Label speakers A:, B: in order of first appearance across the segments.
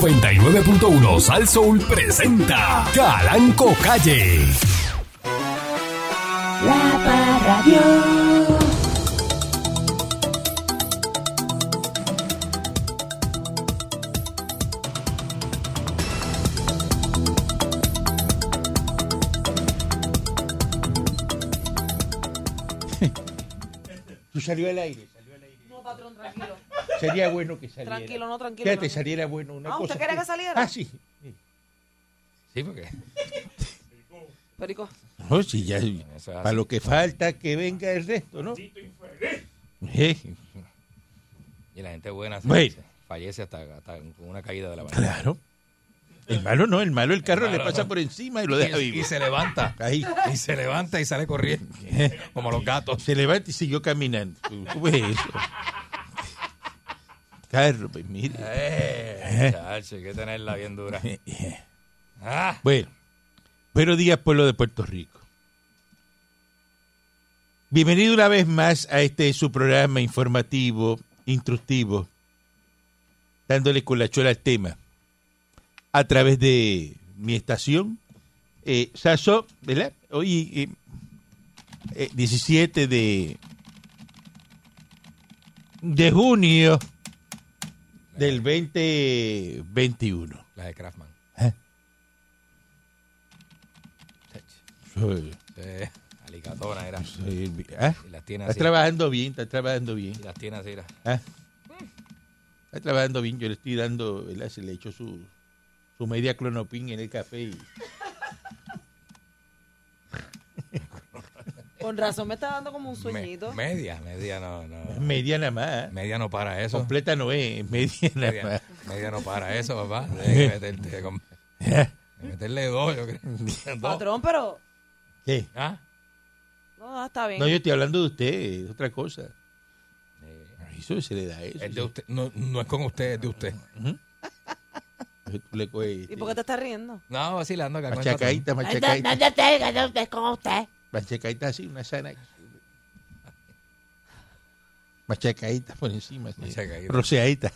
A: 99.1 Sal Soul presenta Calanco Calle.
B: La Parradio.
C: Tú salió al aire.
D: No, patrón, tranquilo.
C: Sería bueno que saliera.
D: Tranquilo, no, tranquilo.
C: Fíjate,
D: no.
C: saliera bueno una
D: Ah,
C: cosa.
D: ¿usted quería que saliera?
C: Ah, sí.
E: Sí, porque
D: Perico,
C: No, sí, ya.
E: es así.
C: Para lo que falta, que venga el resto, ¿no? Eh,
E: y la gente buena se-
C: Bueno.
E: se fallece hasta, hasta con una caída de la mano.
C: claro. El malo no, el malo el carro
E: El malo
C: le pasa
E: no.
C: por encima y lo deja
E: Y,
C: vivo.
E: y se levanta.
C: Ahí.
E: Y se levanta y sale corriendo. Como los gatos.
C: Se levanta y siguió caminando. Tú, tú ves eso. Carro, pues mire.
E: Eh, Chacho, hay que tenerla bien dura.
C: Eh, eh.
E: Ah,
C: Bueno, buenos días, pueblo de Puerto Rico. Bienvenido una vez más a este su programa informativo, instructivo, dándole colachola al tema a través de mi estación, eh, Saso, ¿verdad? Hoy, eh, eh, 17 de, de junio del 2021.
E: la de Kraftman.
C: Soy-
E: Eh, alicatona era.
C: soy el- ¿ah?
E: Y las tiene
C: Estás
E: así.
C: trabajando bien, estás trabajando bien.
E: Y las tiene así. era.
C: ¿ah? Estás trabajando bien, yo le estoy dando, ¿verdad? Se le echó su, su media clonopin en el café. y-
D: con razón me está dando como un sueñito.
E: Me- media, media no, no.
C: media nada más. ¿eh?
E: Media no para eso.
C: Completa no es, media nada más.
E: Media, media no para eso, papá. Tienes que meterte con-
C: Eh.
E: meterle dos, yo creo. Dos.
D: Patrón, pero.
C: ¿Qué?
E: Ah,
D: No, no, está bien.
C: No, yo estoy hablando de usted, es otra cosa.
E: eh,
C: Eso se le da eso.
E: es de usted. No, no es con usted, es de usted.
C: Tú le este, coges,
D: ¿Y por qué te estás riendo?
E: No, vacilando acá. con el patrón.
C: Machacaita, machacaita.
B: es con usted?
C: Machacaita así, una sana. aquí. Machacaita por encima. así.
E: Machacaita.
C: Roceadita.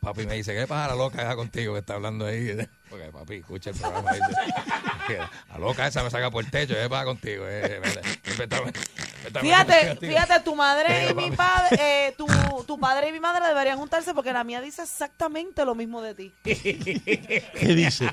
E: Papi me dice, ¿qué pasa la loca esa contigo que está hablando ahí? Porque papi, escucha el programa. ahí. La loca esa me saca por el techo, ¿qué pasa contigo? Eh, mira, siempre está- siempre está-
D: Fíjate,
E: contigo.
D: fíjate, tu madre y
E: Venga,
D: mi
E: papi.
D: padre, eh, tu, tu padre y mi madre deberían juntarse porque la mía dice exactamente lo mismo de ti.
C: ¿Qué dice?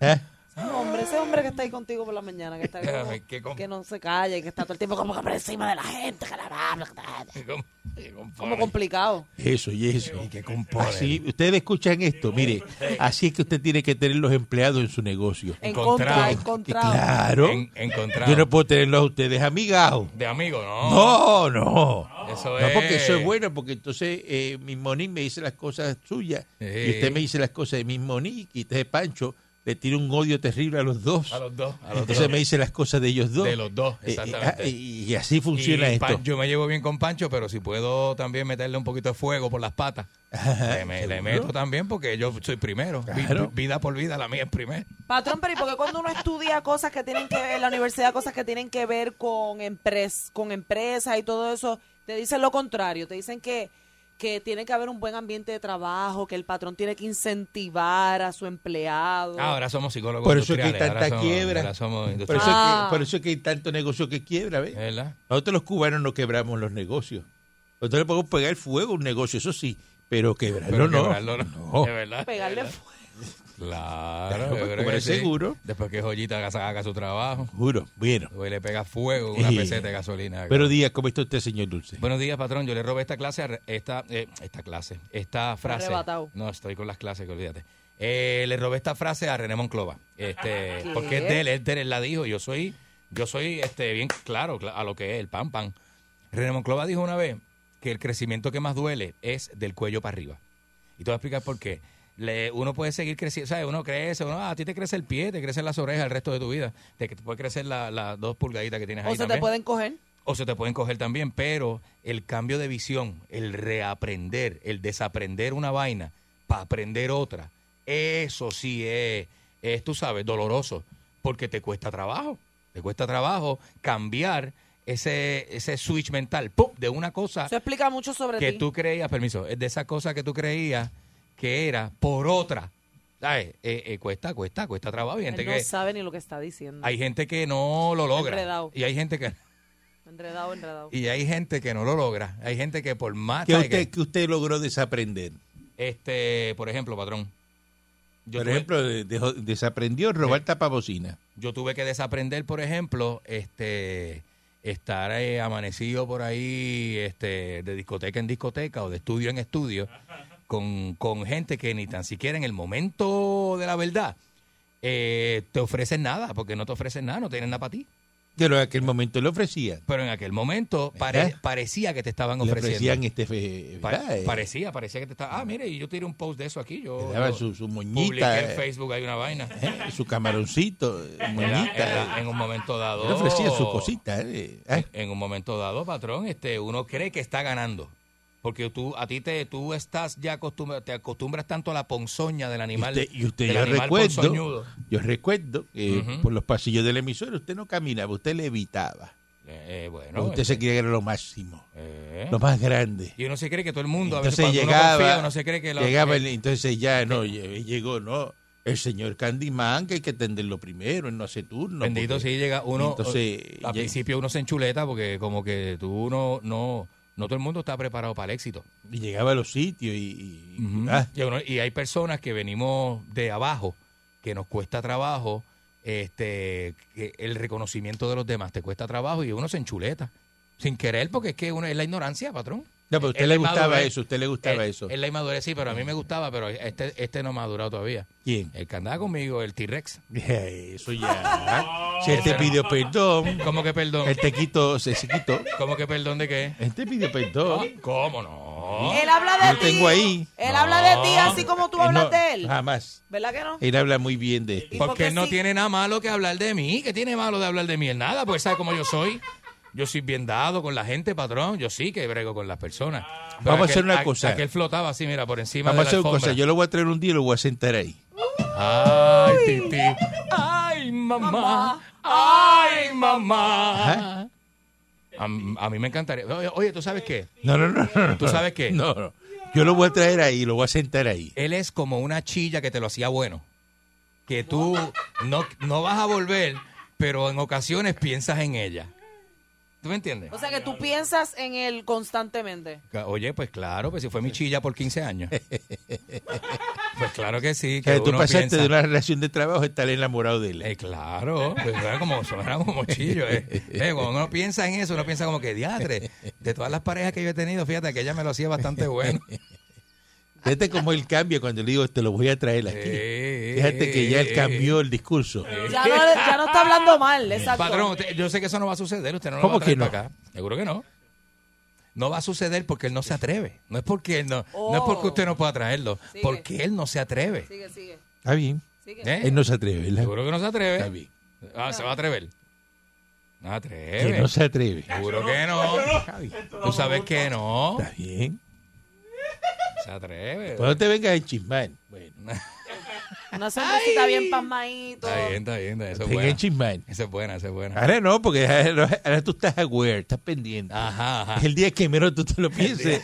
C: ¿Ah?
D: No, hombre, ese hombre que está ahí contigo por la mañana, que está ahí como-
E: Ay, qué com-
D: que no se calla y que está todo el tiempo como que por encima de la gente, que la habla, que la-
E: Y com- y compone.
D: como complicado.
C: Eso y eso.
E: Y que compone.
C: Así, ustedes escuchan esto, mire, así es que usted tiene que tener los empleados en su negocio.
D: En
E: Encontrado.
D: contra,
E: Y
D: encontrado.
C: Claro.
E: En- encontrado.
C: Yo no puedo tenerlos a ustedes amigados.
E: De amigo, no. Pues.
C: No, no.
E: Eso
C: No,
E: es.
C: porque eso es bueno, porque entonces eh, mi Monique me dice las cosas suyas
E: Sí.
C: y usted me dice las cosas de mi Monique y usted Pancho le tiene un odio terrible a los dos.
E: A los dos. A los
C: Entonces
E: dos.
C: me dice las cosas de ellos dos.
E: De los dos,
C: Eh, eh, ah,
E: exactamente.
C: y, y así funciona
E: Y
C: esto.
E: Pan- yo me llevo bien con Pancho, pero si puedo también meterle un poquito de fuego por las patas, le, me- le meto también porque yo soy primero. Vi-
C: Claro.
E: vida por vida, la mía es primero.
D: Patrón, pero ¿y por qué cuando uno estudia cosas que tienen que ver en la universidad, cosas que tienen que ver con, empres, con empresas y todo eso, te dicen lo contrario? Te dicen que, que tiene que haber un buen ambiente de trabajo, que el patrón tiene que incentivar a su empleado.
E: Ah, Ahora somos psicólogos
C: Por eso es que hay
E: industriales, ahora
C: tanta
E: somos-
C: quiebra.
E: ahora somos
C: Por, eso
E: industriales.
C: es
D: Ah.
C: que, por eso es que hay tanto negocio que quiebra, ¿ves?
E: ¿Verdad?
C: Nosotros los cubanos no quebramos los negocios. Nosotros le podemos pegar fuego a un negocio, eso sí, pero quebrarlo
E: Pero
C: no.
E: quebrarlo
C: No.
E: De verdad.
D: pegarle
E: de verdad.
D: fu-
E: Claro, yo
C: porque
E: creo que
C: cobrar
E: sí.
C: seguro.
E: Después que Joyita haga, haga su trabajo,
C: Juro, bueno.
E: hoy le pega fuego una
C: Sí.
E: peseta de gasolina.
C: Pero Díaz, ¿cómo está usted, señor Dulce?
E: Buenos días, patrón. Yo le robé esta clase, a Re- esta, eh, esta clase, esta frase.
D: arrebatado.
E: No, estoy con las clases, que olvídate. Eh, le robé esta frase a René Monclova. Este,
D: ¿Qué?
E: porque es de él, es de él, él la dijo. Yo soy, yo soy este, bien claro cla- a lo que es el pan pan. René Monclova dijo una vez que el crecimiento que más duele es del cuello para arriba. Y te voy a explicar por qué. Le- uno puede seguir creciendo, ¿sabes? Uno crece, uno, ah, a ti te crece el pie, te crecen las orejas el resto de tu vida. Te, te puede crecer la- las dos pulgaditas que tienes
D: o
E: ahí
D: se te
E: también
D: pueden coger.
E: o se te pueden coger también, pero el cambio de visión, el reaprender, el desaprender una vaina para aprender otra, eso sí es, es, tú sabes, doloroso, porque te cuesta trabajo, te cuesta trabajo cambiar ese, ese switch mental, ¡pum! de una cosa
D: Eso explica mucho sobre
E: que
D: ti.
E: tú creías, permiso, de esa cosa que tú creías que era por otra. ¿Sabes? Eh, eh, cuesta, cuesta, cuesta trabajo. Hay gente,
D: Él no
E: que,
D: sabe ni lo que está diciendo.
E: hay gente que no lo logra.
D: Enredado.
E: Y hay gente que
D: Enredado, enredado.
E: y hay gente que no lo logra. Hay gente que por más
C: ¿Qué
E: ¿sabes?
C: usted, que usted logró desaprender?
E: este, por ejemplo, patrón, yo
C: Por
E: tuve-
C: ejemplo, de- dejó- desaprendió robar tapabocina.
E: yo tuve que desaprender, por ejemplo, este estar eh, amanecido por ahí este, de discoteca en discoteca o de estudio en estudio con, con gente que ni tan siquiera en el momento de la verdad eh, te ofrecen nada, porque no te ofrecen nada, no tienen nada para ti.
C: Pero en aquel momento le ofrecían.
E: Pero en aquel momento pare-
C: ¿Verdad?
E: parecía que te estaban
C: Le
E: ofreciendo.
C: ofrecían este... eh,
E: Pa-
C: ¿verdad? Eh,
E: parecía, parecía que te estaba. Ah, mire, y yo tiré un post de eso aquí. Yo,
C: Le daban
E: yo
C: su- su moñita,
E: publiqué en
C: eh.
E: Facebook, hay una vaina.
C: eh, Su camaroncito, eh,
E: En la- en
C: moñita.
E: la- en un momento dado.
C: Le ofrecía su cosita. eh, eh.
E: en un momento dado, patrón, este, uno cree que está ganando. Porque tú, a ti te, tú estás ya acostumbrado, te acostumbras tanto a la ponzoña del
C: Y
E: animal.
C: usted, y usted,
E: del
C: yo
E: animal
C: recuerdo,
E: ponzoñudo.
C: yo recuerdo que
E: Ujú.
C: por los pasillos del emisor usted no caminaba, usted le evitaba.
E: Eh, eh, bueno,
C: usted se creía que era lo máximo,
E: eh,
C: lo más grande.
E: y uno se cree que todo el mundo, a veces
C: Entonces
E: cuando uno confía,
C: llegaba,
E: uno se cree que la-
C: llegaba
E: que-
C: el- entonces ya no, lle- llegó, no, el señor Candyman que hay que atenderlo primero, él no hace turno.
E: Bendito
C: porque-
E: sí llega uno.
C: Entonces,
E: eh,
C: ya-
E: al principio uno se enchuleta porque como que tú no, no, no todo el mundo está preparado para el éxito.
C: Y llegaba a los sitios y, y- ah,
E: Y, uno- y hay personas que venimos de abajo, que nos cuesta trabajo, este, que el reconocimiento de los demás te cuesta trabajo y uno se enchuleta. Sin querer, porque es que uno es la ignorancia, patrón.
C: No, pero a usted
E: Es
C: le
E: la
C: gustaba
E: inmadurez.
C: eso, a usted le gustaba
E: Es-
C: eso.
E: Es la inmadurez, sí, pero a mí me gustaba, pero este, este no me ha durado todavía.
C: ¿Quién?
E: El que andaba conmigo, el T-Rex.
C: Eso ya. Se te pidió perdón.
E: ¿Cómo que perdón?
C: Él te quitó, se, se quitó.
E: ¿Cómo que perdón de qué?
C: Él te pidió perdón.
E: ¿Cómo no?
D: Él habla de
C: Lo
D: ti.
C: tengo ahí.
D: Él habla de ti así como tú hablas
C: Eh, No, Ah.
D: de él.
C: Jamás.
D: ¿Verdad que no?
C: Él habla muy bien de esto.
D: Y
E: Porque él no
D: sí.
E: tiene nada malo que hablar de mí. ¿Qué tiene malo de hablar de mí? Él nada, pues sabe cómo yo soy. Yo soy bien dado con la gente, patrón. Yo sí que brego con las personas. Pero
C: Vamos a hacer
E: aquel-
C: una
E: a-
C: cosa.
E: Aquel flotaba así, mira, por encima
C: Vamos a
E: de la
C: hacer una cosa.
E: alfombra.
C: Yo lo voy a traer un día y lo voy a sentar ahí.
E: Ay, titi. Ay, mamá. Ay, mamá.
C: Ajá. ¿Eh?
E: A, a mí me encantaría. Oye, oye, ¿tú sabes qué?
C: No, no, no, no, no.
E: ¿Tú sabes qué?
C: No, no. Yo lo voy a traer ahí, lo voy a sentar ahí.
E: Él es como una chilla que te lo hacía bueno. Que tú no, no vas a volver, pero en ocasiones piensas en ella. ¿Tú me entiendes?
D: O sea que tú piensas en él constantemente.
E: Ca- Oye, pues claro, pues si fue mi chilla por 15 años. pues claro que sí.
C: O sea,
E: Que
C: Eh, tú
E: uno
C: pasaste
E: piensa,
C: de una relación de trabajo a estar enamorado de él.
E: Eh, claro, pues era como, era como chillo. Eh. Eh, cuando uno piensa en eso, uno piensa como que diatre. De todas las parejas que yo he tenido, fíjate que ella me lo hacía bastante bueno.
C: Fíjate cómo él cambia cuando le digo, te lo voy a traer aquí.
E: Eh,
C: Fíjate que ya él
E: eh,
C: cambió el discurso.
D: Ya no, ya no está hablando mal, exacto.
E: Patrón, usted- yo sé que eso no va a suceder. Usted no lo
C: ¿Cómo
E: va a traer
C: que no?
E: para acá. Seguro que no. No va a suceder porque él no se atreve. No es porque él no, no es porque
D: Oh.
E: usted no pueda traerlo,
D: Sigue.
E: porque él no se atreve.
D: Sigue, sigue,
C: Está bien.
D: sigue.
E: ¿Eh?
C: Él no se atreve, ¿verdad?
E: Seguro que no se atreve.
C: Está bien.
E: Ah, se va a atrever. No atreve.
C: Que no se atreve.
E: Seguro que no. Tú sabes que no.
C: Está bien.
E: Se atreve.
C: Cuando te vengas a chismar. Bueno,
D: Una sonrisita bien pasmadito.
E: Está bien, está bien. está bien. Eso es
C: venga
E: buena.
C: a chismar.
E: Esa es buena, esa es buena.
C: Ahora no, porque ahora, ahora tú estás aware, estás pendiente.
E: Ajá, ajá.
C: El día que menos tú te lo pienses,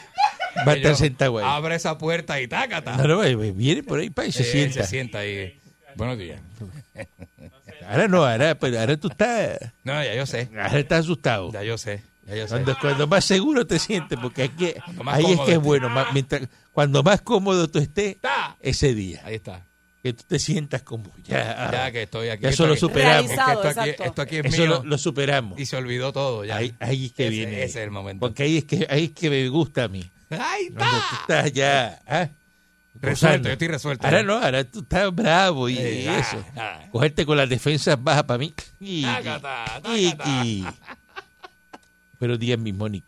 C: Ah, va a estar
E: Yo-
C: sentado ahí.
E: Abre esa puerta y tácata.
C: No, no, eh, viene por ahí pa, y se
E: Eh,
C: sienta.
E: Se sienta ahí. Buenos días.
C: Ahora no, ahora, pero ahora tú estás,
E: No, ya yo sé.
C: ahora estás asustado.
E: Ya yo sé. Ya yo sé.
C: Cuando, cuando más seguro te sientes, porque aquí,
E: más
C: ahí es
E: cómodo
C: que es
E: estés.
C: bueno. más- mientras, cuando más cómodo tú estés,
E: Está.
C: ese día.
E: Ahí está.
C: Que tú te sientas como ya.
E: Ya que estoy aquí.
C: Ya
E: esto
C: Ah. eso lo
E: aquí-
C: superamos.
E: es que
D: Realizado,
E: esto, aquí,
D: exacto.
E: esto aquí es
C: Eso
E: mío.
C: lo, lo superamos.
E: Y se olvidó todo ya.
C: Ahí, ahí es que
E: Ese-
C: viene.
E: Ese es el momento.
C: Porque ahí es que, ahí es que me gusta a mí.
E: Ahí
C: Cuando
E: está.
C: tú estás ya. ¿ah?
E: Resuelto,
C: Gozando.
E: yo estoy resuelto.
C: Ahora no, ahora tú estás bravo y
E: Eh,
C: y
E: ah,
C: eso.
E: ah.
C: Cogerte con las defensas bajas para mí. Y-
E: Tácata,
C: y-
E: tácata.
C: y- Pero días, mi Mónica.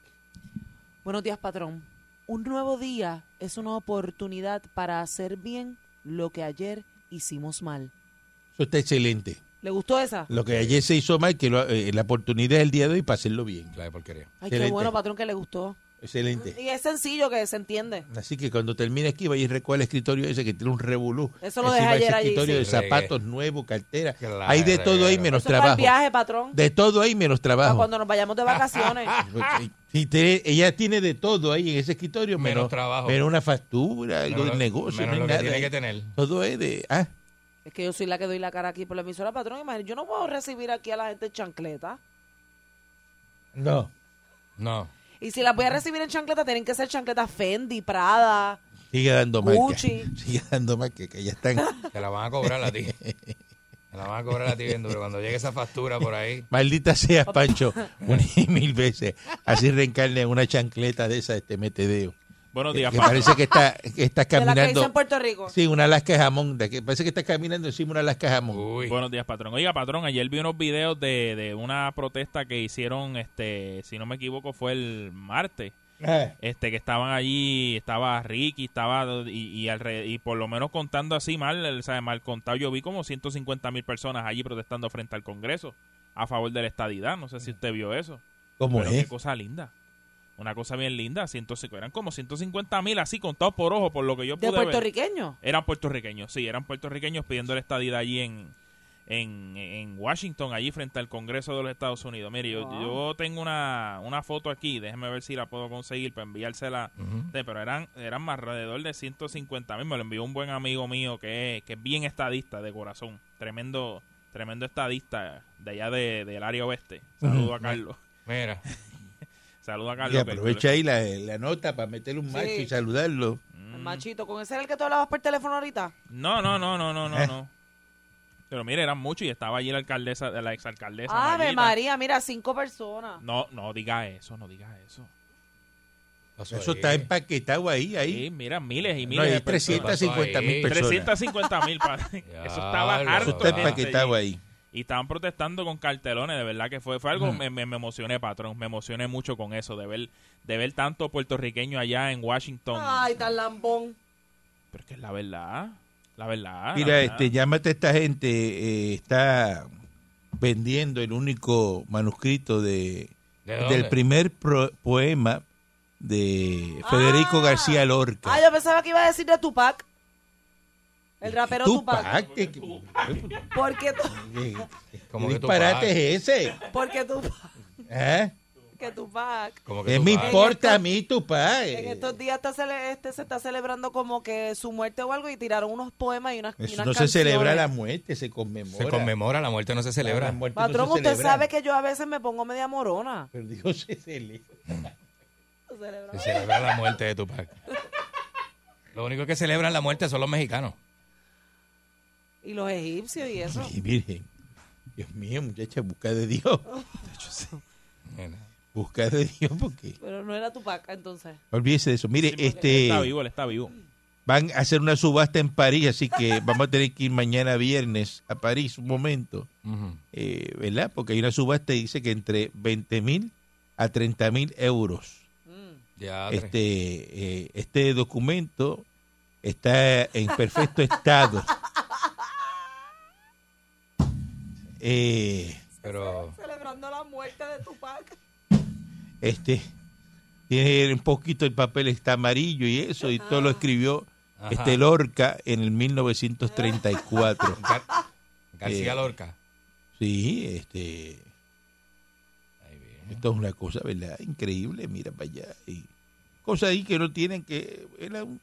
D: Buenos días, patrón. Un nuevo día es una oportunidad para hacer bien lo que ayer hicimos mal.
C: Eso está excelente.
D: ¿Le gustó esa?
C: Lo que ayer se hizo mal, que lo- eh, la oportunidad es el día de hoy para hacerlo bien.
E: La de porquería.
D: Ay, qué
C: Excelente.
D: bueno, patrón, que le gustó.
C: Excelente.
D: Y es sencillo que se entiende.
C: Así que cuando termine aquí, vaya y recuerda el escritorio ese que tiene un revolú.
D: Eso lo
C: Ese
D: dejé
C: va, ese
D: ayer allí,
C: escritorio
D: sí.
C: de zapatos nuevos, cartera.
E: Claro,
C: Hay de todo ahí
E: claro.
C: menos
D: Eso es para el
C: trabajo.
D: viaje, patrón.
C: De todo ahí menos
D: Para
C: trabajo.
D: cuando nos vayamos de vacaciones.
C: Si te- ella tiene de todo ahí en ese escritorio, menos,
E: Menos trabajo.
C: Menos una factura, algo
E: Menos
C: del
E: lo-
C: negocio.
E: menos
C: no hay
E: lo que
C: nada
E: tiene
C: ahí.
E: que tener.
C: Todo es de. Ah,
D: es que yo soy la que doy la cara aquí por la emisora, patrón. Imagínate, yo no puedo recibir aquí a la gente en chancleta.
C: no.
E: No.
D: Y si las voy a recibir en chancleta, tienen que ser chancletas Fendi, Prada.
C: Sigue dando marca.
D: Gucci.
C: Sigue dando marca, que ya están.
E: Te la van a cobrar a ti. Te la van a cobrar a ti bien duro. Cuando llegue esa factura por ahí.
C: Maldita sea, Pancho, una y mil veces. Así reencarne una chancleta de esa, este metedeo.
F: Buenos
C: Que,
F: días,
C: que
F: Paco.
C: Eh, parece que está, que está
D: De las que hice
C: caminando.
D: en Puerto Rico.
C: Sí, una lasca de jamón. de que parece que está caminando encima de una lasca de jamón.
E: Uy.
F: Buenos días, patrón. Oiga, patrón, ayer vi unos videos de, de una protesta que hicieron, este, si no me equivoco, fue el martes.
C: Ah,
F: Este, que estaban allí, estaba Ricky, estaba, y, y, alre- y por lo menos contando así mal, o sea, mal contado, yo vi como 150 mil personas allí protestando frente al Congreso a favor de la estadidad. No sé si usted vio eso.
C: ¿Cómo
F: Pero
C: es?
F: qué cosa linda. Una cosa bien linda, 150, eran como 150 mil así contados por ojo, por lo que yo
D: De
F: pude ver.
D: puertorriqueño.
F: Eran puertorriqueños, sí, eran puertorriqueños pidiendo la estadidad allí en, en, en Washington, allí frente al Congreso de los Estados Unidos. Mire, yo-
D: Wow.
F: yo, tengo una, una foto aquí, déjeme ver si la puedo conseguir para enviársela.
E: Ujú.
F: Sí, pero eran, eran más alrededor de 150 mil. Me lo envió un buen amigo mío que es, que es bien estadista de corazón. Tremendo tremendo estadista de allá de- del área oeste. Saludo a Carlos.
E: Mira.
F: Saludo a
C: Y
F: Carlos. que-
C: aprovecha ahí la, la nota para meterle un macho
D: Sí.
C: y saludarlo.
D: El machito. ¿Con ese era el que tú hablabas por teléfono ahorita?
F: No, no, no, no, no, no,
C: ¿Eh?
F: no. Pero mire, eran muchos y estaba allí la alcaldesa, la exalcaldesa.
D: Ave
F: Mayita.
D: María, mira, cinco personas.
F: No, no diga eso, no diga eso.
E: Pasó
C: Eso
E: ahí.
C: está empaquetado ahí, ahí.
F: Sí, mira, miles y
C: no,
F: miles
C: hay
F: de personas.
C: 350 mil
E: Pasó ahí.
C: personas.
F: 350 mil, padre.
E: Ya,
F: Eso estaba
E: lo-
F: harto.
C: Eso está
E: personas.
F: gente
C: empaquetado
F: allí.
C: ahí.
F: Y estaban protestando con cartelones, de verdad que fue, fue algo,
E: Mm.
F: me, me- me emocioné, patrón, me emocioné mucho con eso, de ver, de ver tanto puertorriqueño allá en Washington.
D: Ay, tan lambón.
F: Pero es que es la verdad, la
E: Ah,
F: verdad. la
C: Mira,
F: verdad.
C: este, llámate a esta gente, eh, está vendiendo el único manuscrito de,
E: ¿De dónde?
C: del primer pro- poema de Federico
D: Ah.
C: García Lorca.
D: Ah, yo pensaba que iba a decir de Tupac. El rapero Tupac.
C: Tupac, ¿qué- qué-
D: Porque, tu,
C: qué-
E: Como
C: qué
E: que
C: disparate eh.
E: Tupac.
C: es ese?
D: porque Tupac.
C: ¿Eh?
D: Que Tupac.
E: Como
C: ¿Qué
E: tú
C: me
E: vas.
C: importa a mí Tupac?
D: En estos días está cele- este, se está celebrando como que su muerte o algo y tiraron unos poemas y unas, y
C: Eso
D: unas
C: no se
D: canciones.
C: celebra la muerte, se conmemora.
E: Se conmemora, la muerte no se celebra.
C: La muerte no
D: Patrón,
C: se
D: usted
C: celebra.
D: sabe que yo a veces me pongo media morona.
C: Pero Dios se celebra.
E: Se celebra la muerte de Tupac. Lo único que celebran la muerte son los mexicanos.
D: Y los egipcios y eso.
C: Ay, Virgen. Dios mío, muchacha, busca de Dios.
D: Oh.
E: Mira.
C: Busca de Dios porque...
D: Pero no era Tupac entonces.
C: Olvídese de eso. Mire, este...
F: Está vivo, él está vivo.
C: Van a hacer una subasta en París, así que vamos a tener que ir mañana viernes a París un momento,
E: Ujú.
C: eh, ¿verdad? Porque hay una subasta y dice que entre 20 mil a 30 mil euros.
E: Ya, tres.
C: Este, eh, este documento está en perfecto estado. Eh,
E: Pero
D: Celebrando la muerte de Tupac.
C: este tiene un poquito el papel está amarillo y eso y todo lo
F: Ah.
C: escribió
E: Ajá.
C: este Lorca en el 1934.
E: Gar- García
C: Eh.
E: Lorca.
C: Sí, este,
E: Ahí viene.
C: esto es una cosa, ¿verdad? Increíble, mira para allá. Y cosas ahí que no tienen que. Era un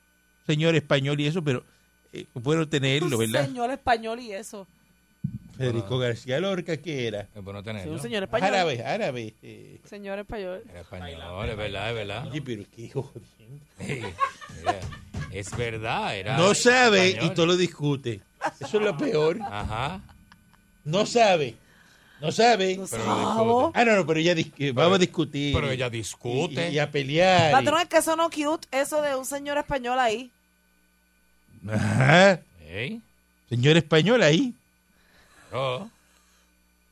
C: señor español y eso, pero eh, bueno tenerlo, ¿verdad?
D: Señor español y eso.
C: Federico García Lorca, ¿qué era?
E: Es bueno
D: Sí,
E: tenerlo.
D: un señor español.
C: Árabe, árabe. eh.
D: Señor español.
E: Era español, es verdad, es verdad.
C: Oye, pero qué jodiendo.
E: Sí, mira, es verdad, era.
C: No sabe y
E: español.
C: todo lo discute. Eso es lo peor.
E: Ajá.
C: No sabe. No sabe.
E: Pero lo discute.
C: Ah, no, no, pero ella dis- eh, vamos a discutir.
E: Pero ella
C: Y-
E: discute.
C: Y, y a pelear. y-
D: Patrón, es que eso no cute, eso de un señor español ahí.
C: Ajá.
E: Ey,
C: Señor español ahí.
E: claro.
C: O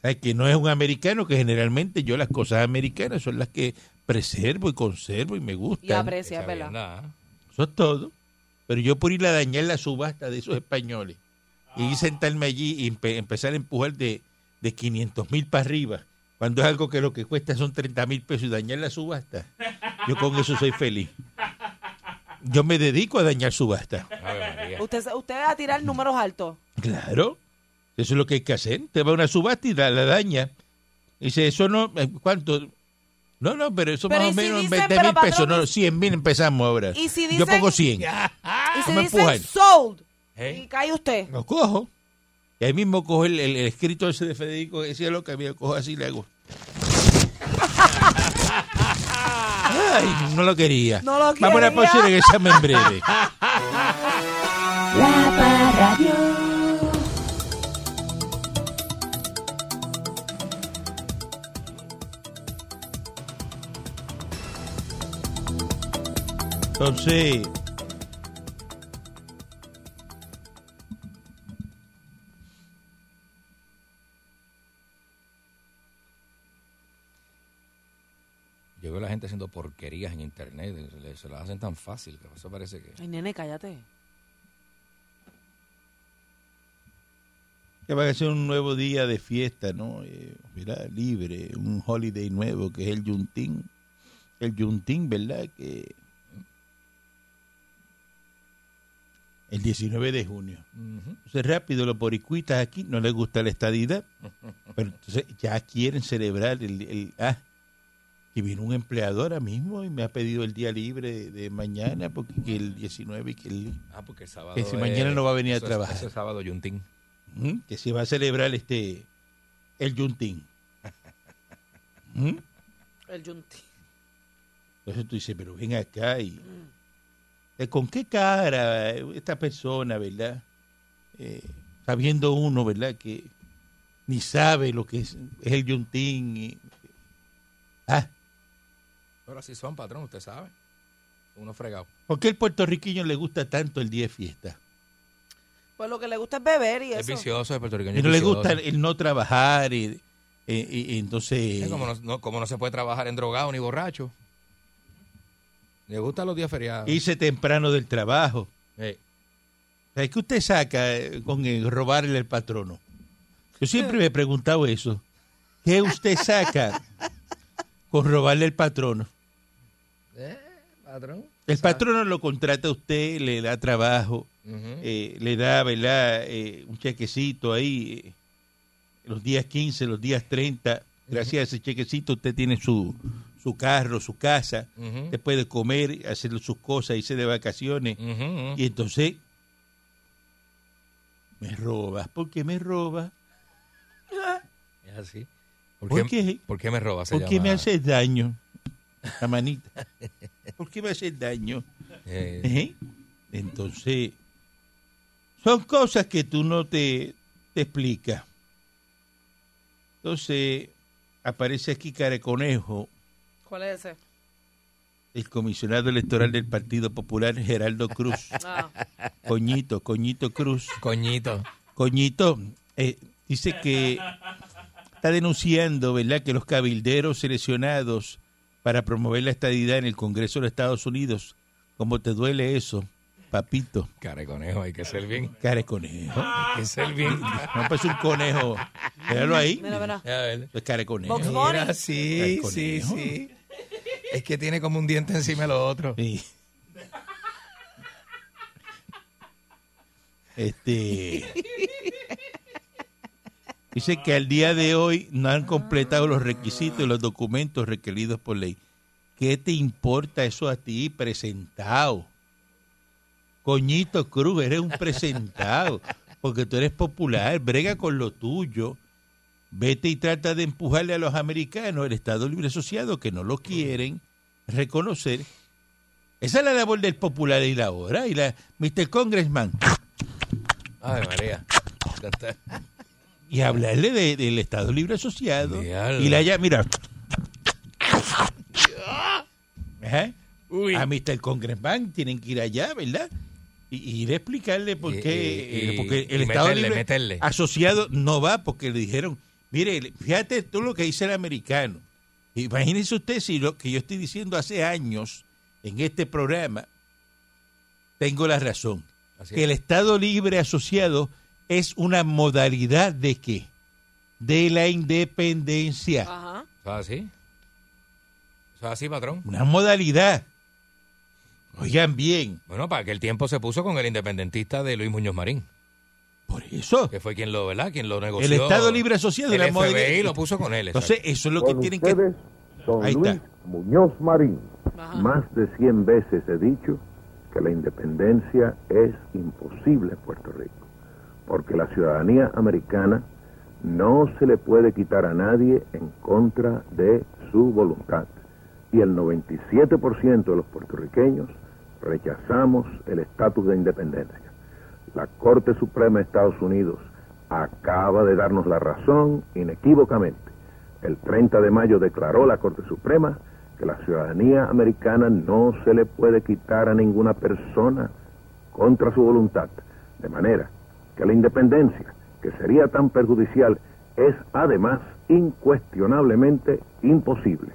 C: sea, que no es un americano, que generalmente yo las cosas americanas son las que preservo y conservo y me
D: Y
C: gustan.
D: aprecia,
E: Esa
D: ¿verdad?
E: verdad.
C: Eso es todo. Pero yo por ir a dañar la subasta de esos españoles y sentarme allí y empe- empezar a empujar de, de 500 mil para arriba, cuando es algo que lo que cuesta son 30 mil pesos y dañar la subasta. Yo con eso soy feliz. Yo me dedico a dañar subasta.
E: Ave María.
D: Usted, se- usted va a tirar números altos.
C: Claro. Eso es lo que hay que hacer. Te va a una subasta y da- la daña. Dice, eso no... eh, ¿Cuánto? No, no, pero eso
D: Pero
C: más
D: ¿y
C: o
D: si
C: menos
D: dicen,
C: 20
D: pero
C: mil pesos.
D: patrón?
C: No, 100 mil empezamos ahora.
D: ¿Y si
C: Yo
D: dicen-
C: pongo 100.
D: Y se
C: me
D: dice
C: empujen.
D: sold.
C: ¿Eh?
E: Hey.
D: Y cae usted.
C: Lo cojo. Y ahí mismo cojo el, el- el escrito ese de Federico que decía lo que había, cojo así y le hago. Ay, no lo quería.
D: No lo
C: Vamos a
D: quería.
C: una pausa y regresamos en breve.
B: La Parradio.
C: Entonces.
E: Yo veo a la gente haciendo porquerías en internet, se, le- se las hacen tan fácil, que eso parece que...
D: Ay, nene, cállate.
C: Que va a ser un nuevo día de fiesta, ¿no? Eh, mira, libre, un holiday nuevo que es el Yuntín. El Yuntín, ¿verdad? Que el 19 de junio. Entonces, rápido, los boricuitas aquí no les gusta la estadidad, pero entonces ya quieren celebrar el. el- ah, que vino un empleador ahora mismo y me ha pedido el día libre de, de mañana porque que el 19 y que el.
E: Ah, porque el sábado...
C: Que si mañana no va a venir a
E: eso es-
C: trabajar.
E: eso es sábado yuntín.
C: ¿Mm? que se va a celebrar este el Yuntín. ¿Mm?
D: El yunti.
C: Entonces tú dices, pero ven acá y eh, con qué cara eh, esta persona, ¿verdad? Eh, sabiendo uno, ¿verdad? Que ni sabe lo que es, es el Yuntín. y- ah,
E: Pero así son, patrón, usted sabe. Uno fregado.
C: ¿por qué el puertorriqueño le gusta tanto el día de fiesta?
D: Pues lo que le gusta es beber y
E: Es
D: eso.
E: vicioso, es puertorriqueño.
C: Y no le
E: es vicioso.
C: gusta el, el no trabajar y, eh, y- y entonces...
E: Es como no, no- como no se puede trabajar en drogado ni borracho. Le gustan los días feriados.
C: Irse temprano del trabajo.
E: Eh,
C: ¿Sabes qué usted saca eh, con el robarle al patrono? Yo siempre me he preguntado eso. ¿Qué usted saca con robarle al patrono?
E: Eh, patrón.
C: El patrono lo contrata a usted, le da trabajo,
E: Ujú.
C: eh, le da, ¿verdad? Eh, un chequecito ahí, eh, los días 15, los días 30. Gracias a ese chequecito usted tiene su, su carro, su casa,
E: Ujú.
C: usted puede comer, hacer sus cosas, irse de vacaciones.
E: Ujú, ujú.
C: Y entonces, me robas, ¿por qué me robas?
E: Es así. ¿Por,
C: ¿Por
E: qué,
C: qué?
E: por qué me robas? Se
C: ¿Por qué
E: llama-
C: me haces daño? La manita. ¿Por qué me haces daño?
E: Eh,
C: Ejé. Entonces, son cosas que tú no te, te explicas. Entonces, aparece aquí Careconejo,
D: ¿Cuál es ese?
C: el comisionado electoral del Partido Popular, Geraldo Cruz.
D: Ah.
C: Coñito, Coñito Cruz.
E: coñito.
C: Coñito, eh, dice que está denunciando, ¿verdad?, que los cabilderos seleccionados para promover la estadidad en el Congreso de los Estados Unidos, ¿cómo te duele eso, papito?
E: Cara de conejo, hay que ser bien.
C: Cara de conejo.
E: Hay que ser bien.
C: No, pues un conejo. Míralo ahí.
D: Mira, mira.
E: A ver.
C: Es cara de conejo.
D: Box Bunny.
E: Mira, sí,
C: Cara de
E: sí,
C: conejo.
E: sí. Es que tiene como un diente encima de los otros.
C: Sí. Este. Dice que al día de hoy no han completado los requisitos y los documentos requeridos por ley. ¿Qué te importa eso a ti, presentado? Coñito Cruz, eres un presentado, porque tú eres popular, brega con lo tuyo. Vete y trata de empujarle a los americanos, el Estado Libre Asociado, que no lo quieren reconocer. Esa es la labor del popular y la hora. Y la Mr. Congressman,
E: Ay, María. Ya está.
C: y hablarle de- del Estado Libre Asociado.
E: Diablo.
C: Y la ya, mira. Ajá.
E: Uy.
C: ¿Eh? A Mr. Congressman tienen que ir allá, ¿verdad? Y, y ir a explicarle por
E: Y-
C: qué.
E: y-
C: eh, porque
E: y
C: el Estado
E: meterle,
C: Libre
E: meterle.
C: Asociado no va porque le dijeron, mire, fíjate tú lo que dice el americano. Imagínese usted si lo que yo estoy diciendo hace años en este programa, tengo la razón.
E: Así
C: que
E: es.
C: el Estado Libre Asociado es una modalidad de qué? De la independencia.
D: Ajá.
E: Ah, sí. Eso es así, patrón.
C: Una modalidad. Oigan bien,
E: Bueno, para que el tiempo se puso con el independentista de Luis Muñoz Marín,
C: por eso.
E: que fue quien lo, ¿verdad? Quien lo negoció.
C: El Estado Libre Asociado de
E: El
C: la
E: FBI
C: modalidad.
E: lo puso con él.
C: Entonces, eso es lo que
G: Con
C: tienen que.
G: ustedes, don
C: Ahí
G: Luis
C: está.
G: Muñoz Marín.
D: Ajá.
G: Más de 100 veces he dicho que la independencia es imposible en Puerto Rico, porque la ciudadanía americana no se le puede quitar a nadie en contra de su voluntad. Y el 97% de los puertorriqueños rechazamos el estatus de independencia. La Corte Suprema de Estados Unidos acaba de darnos la razón inequívocamente. El 30 de mayo declaró la Corte Suprema que la ciudadanía americana no se le puede quitar a ninguna persona contra su voluntad. De manera que la independencia, que sería tan perjudicial, es además incuestionablemente imposible.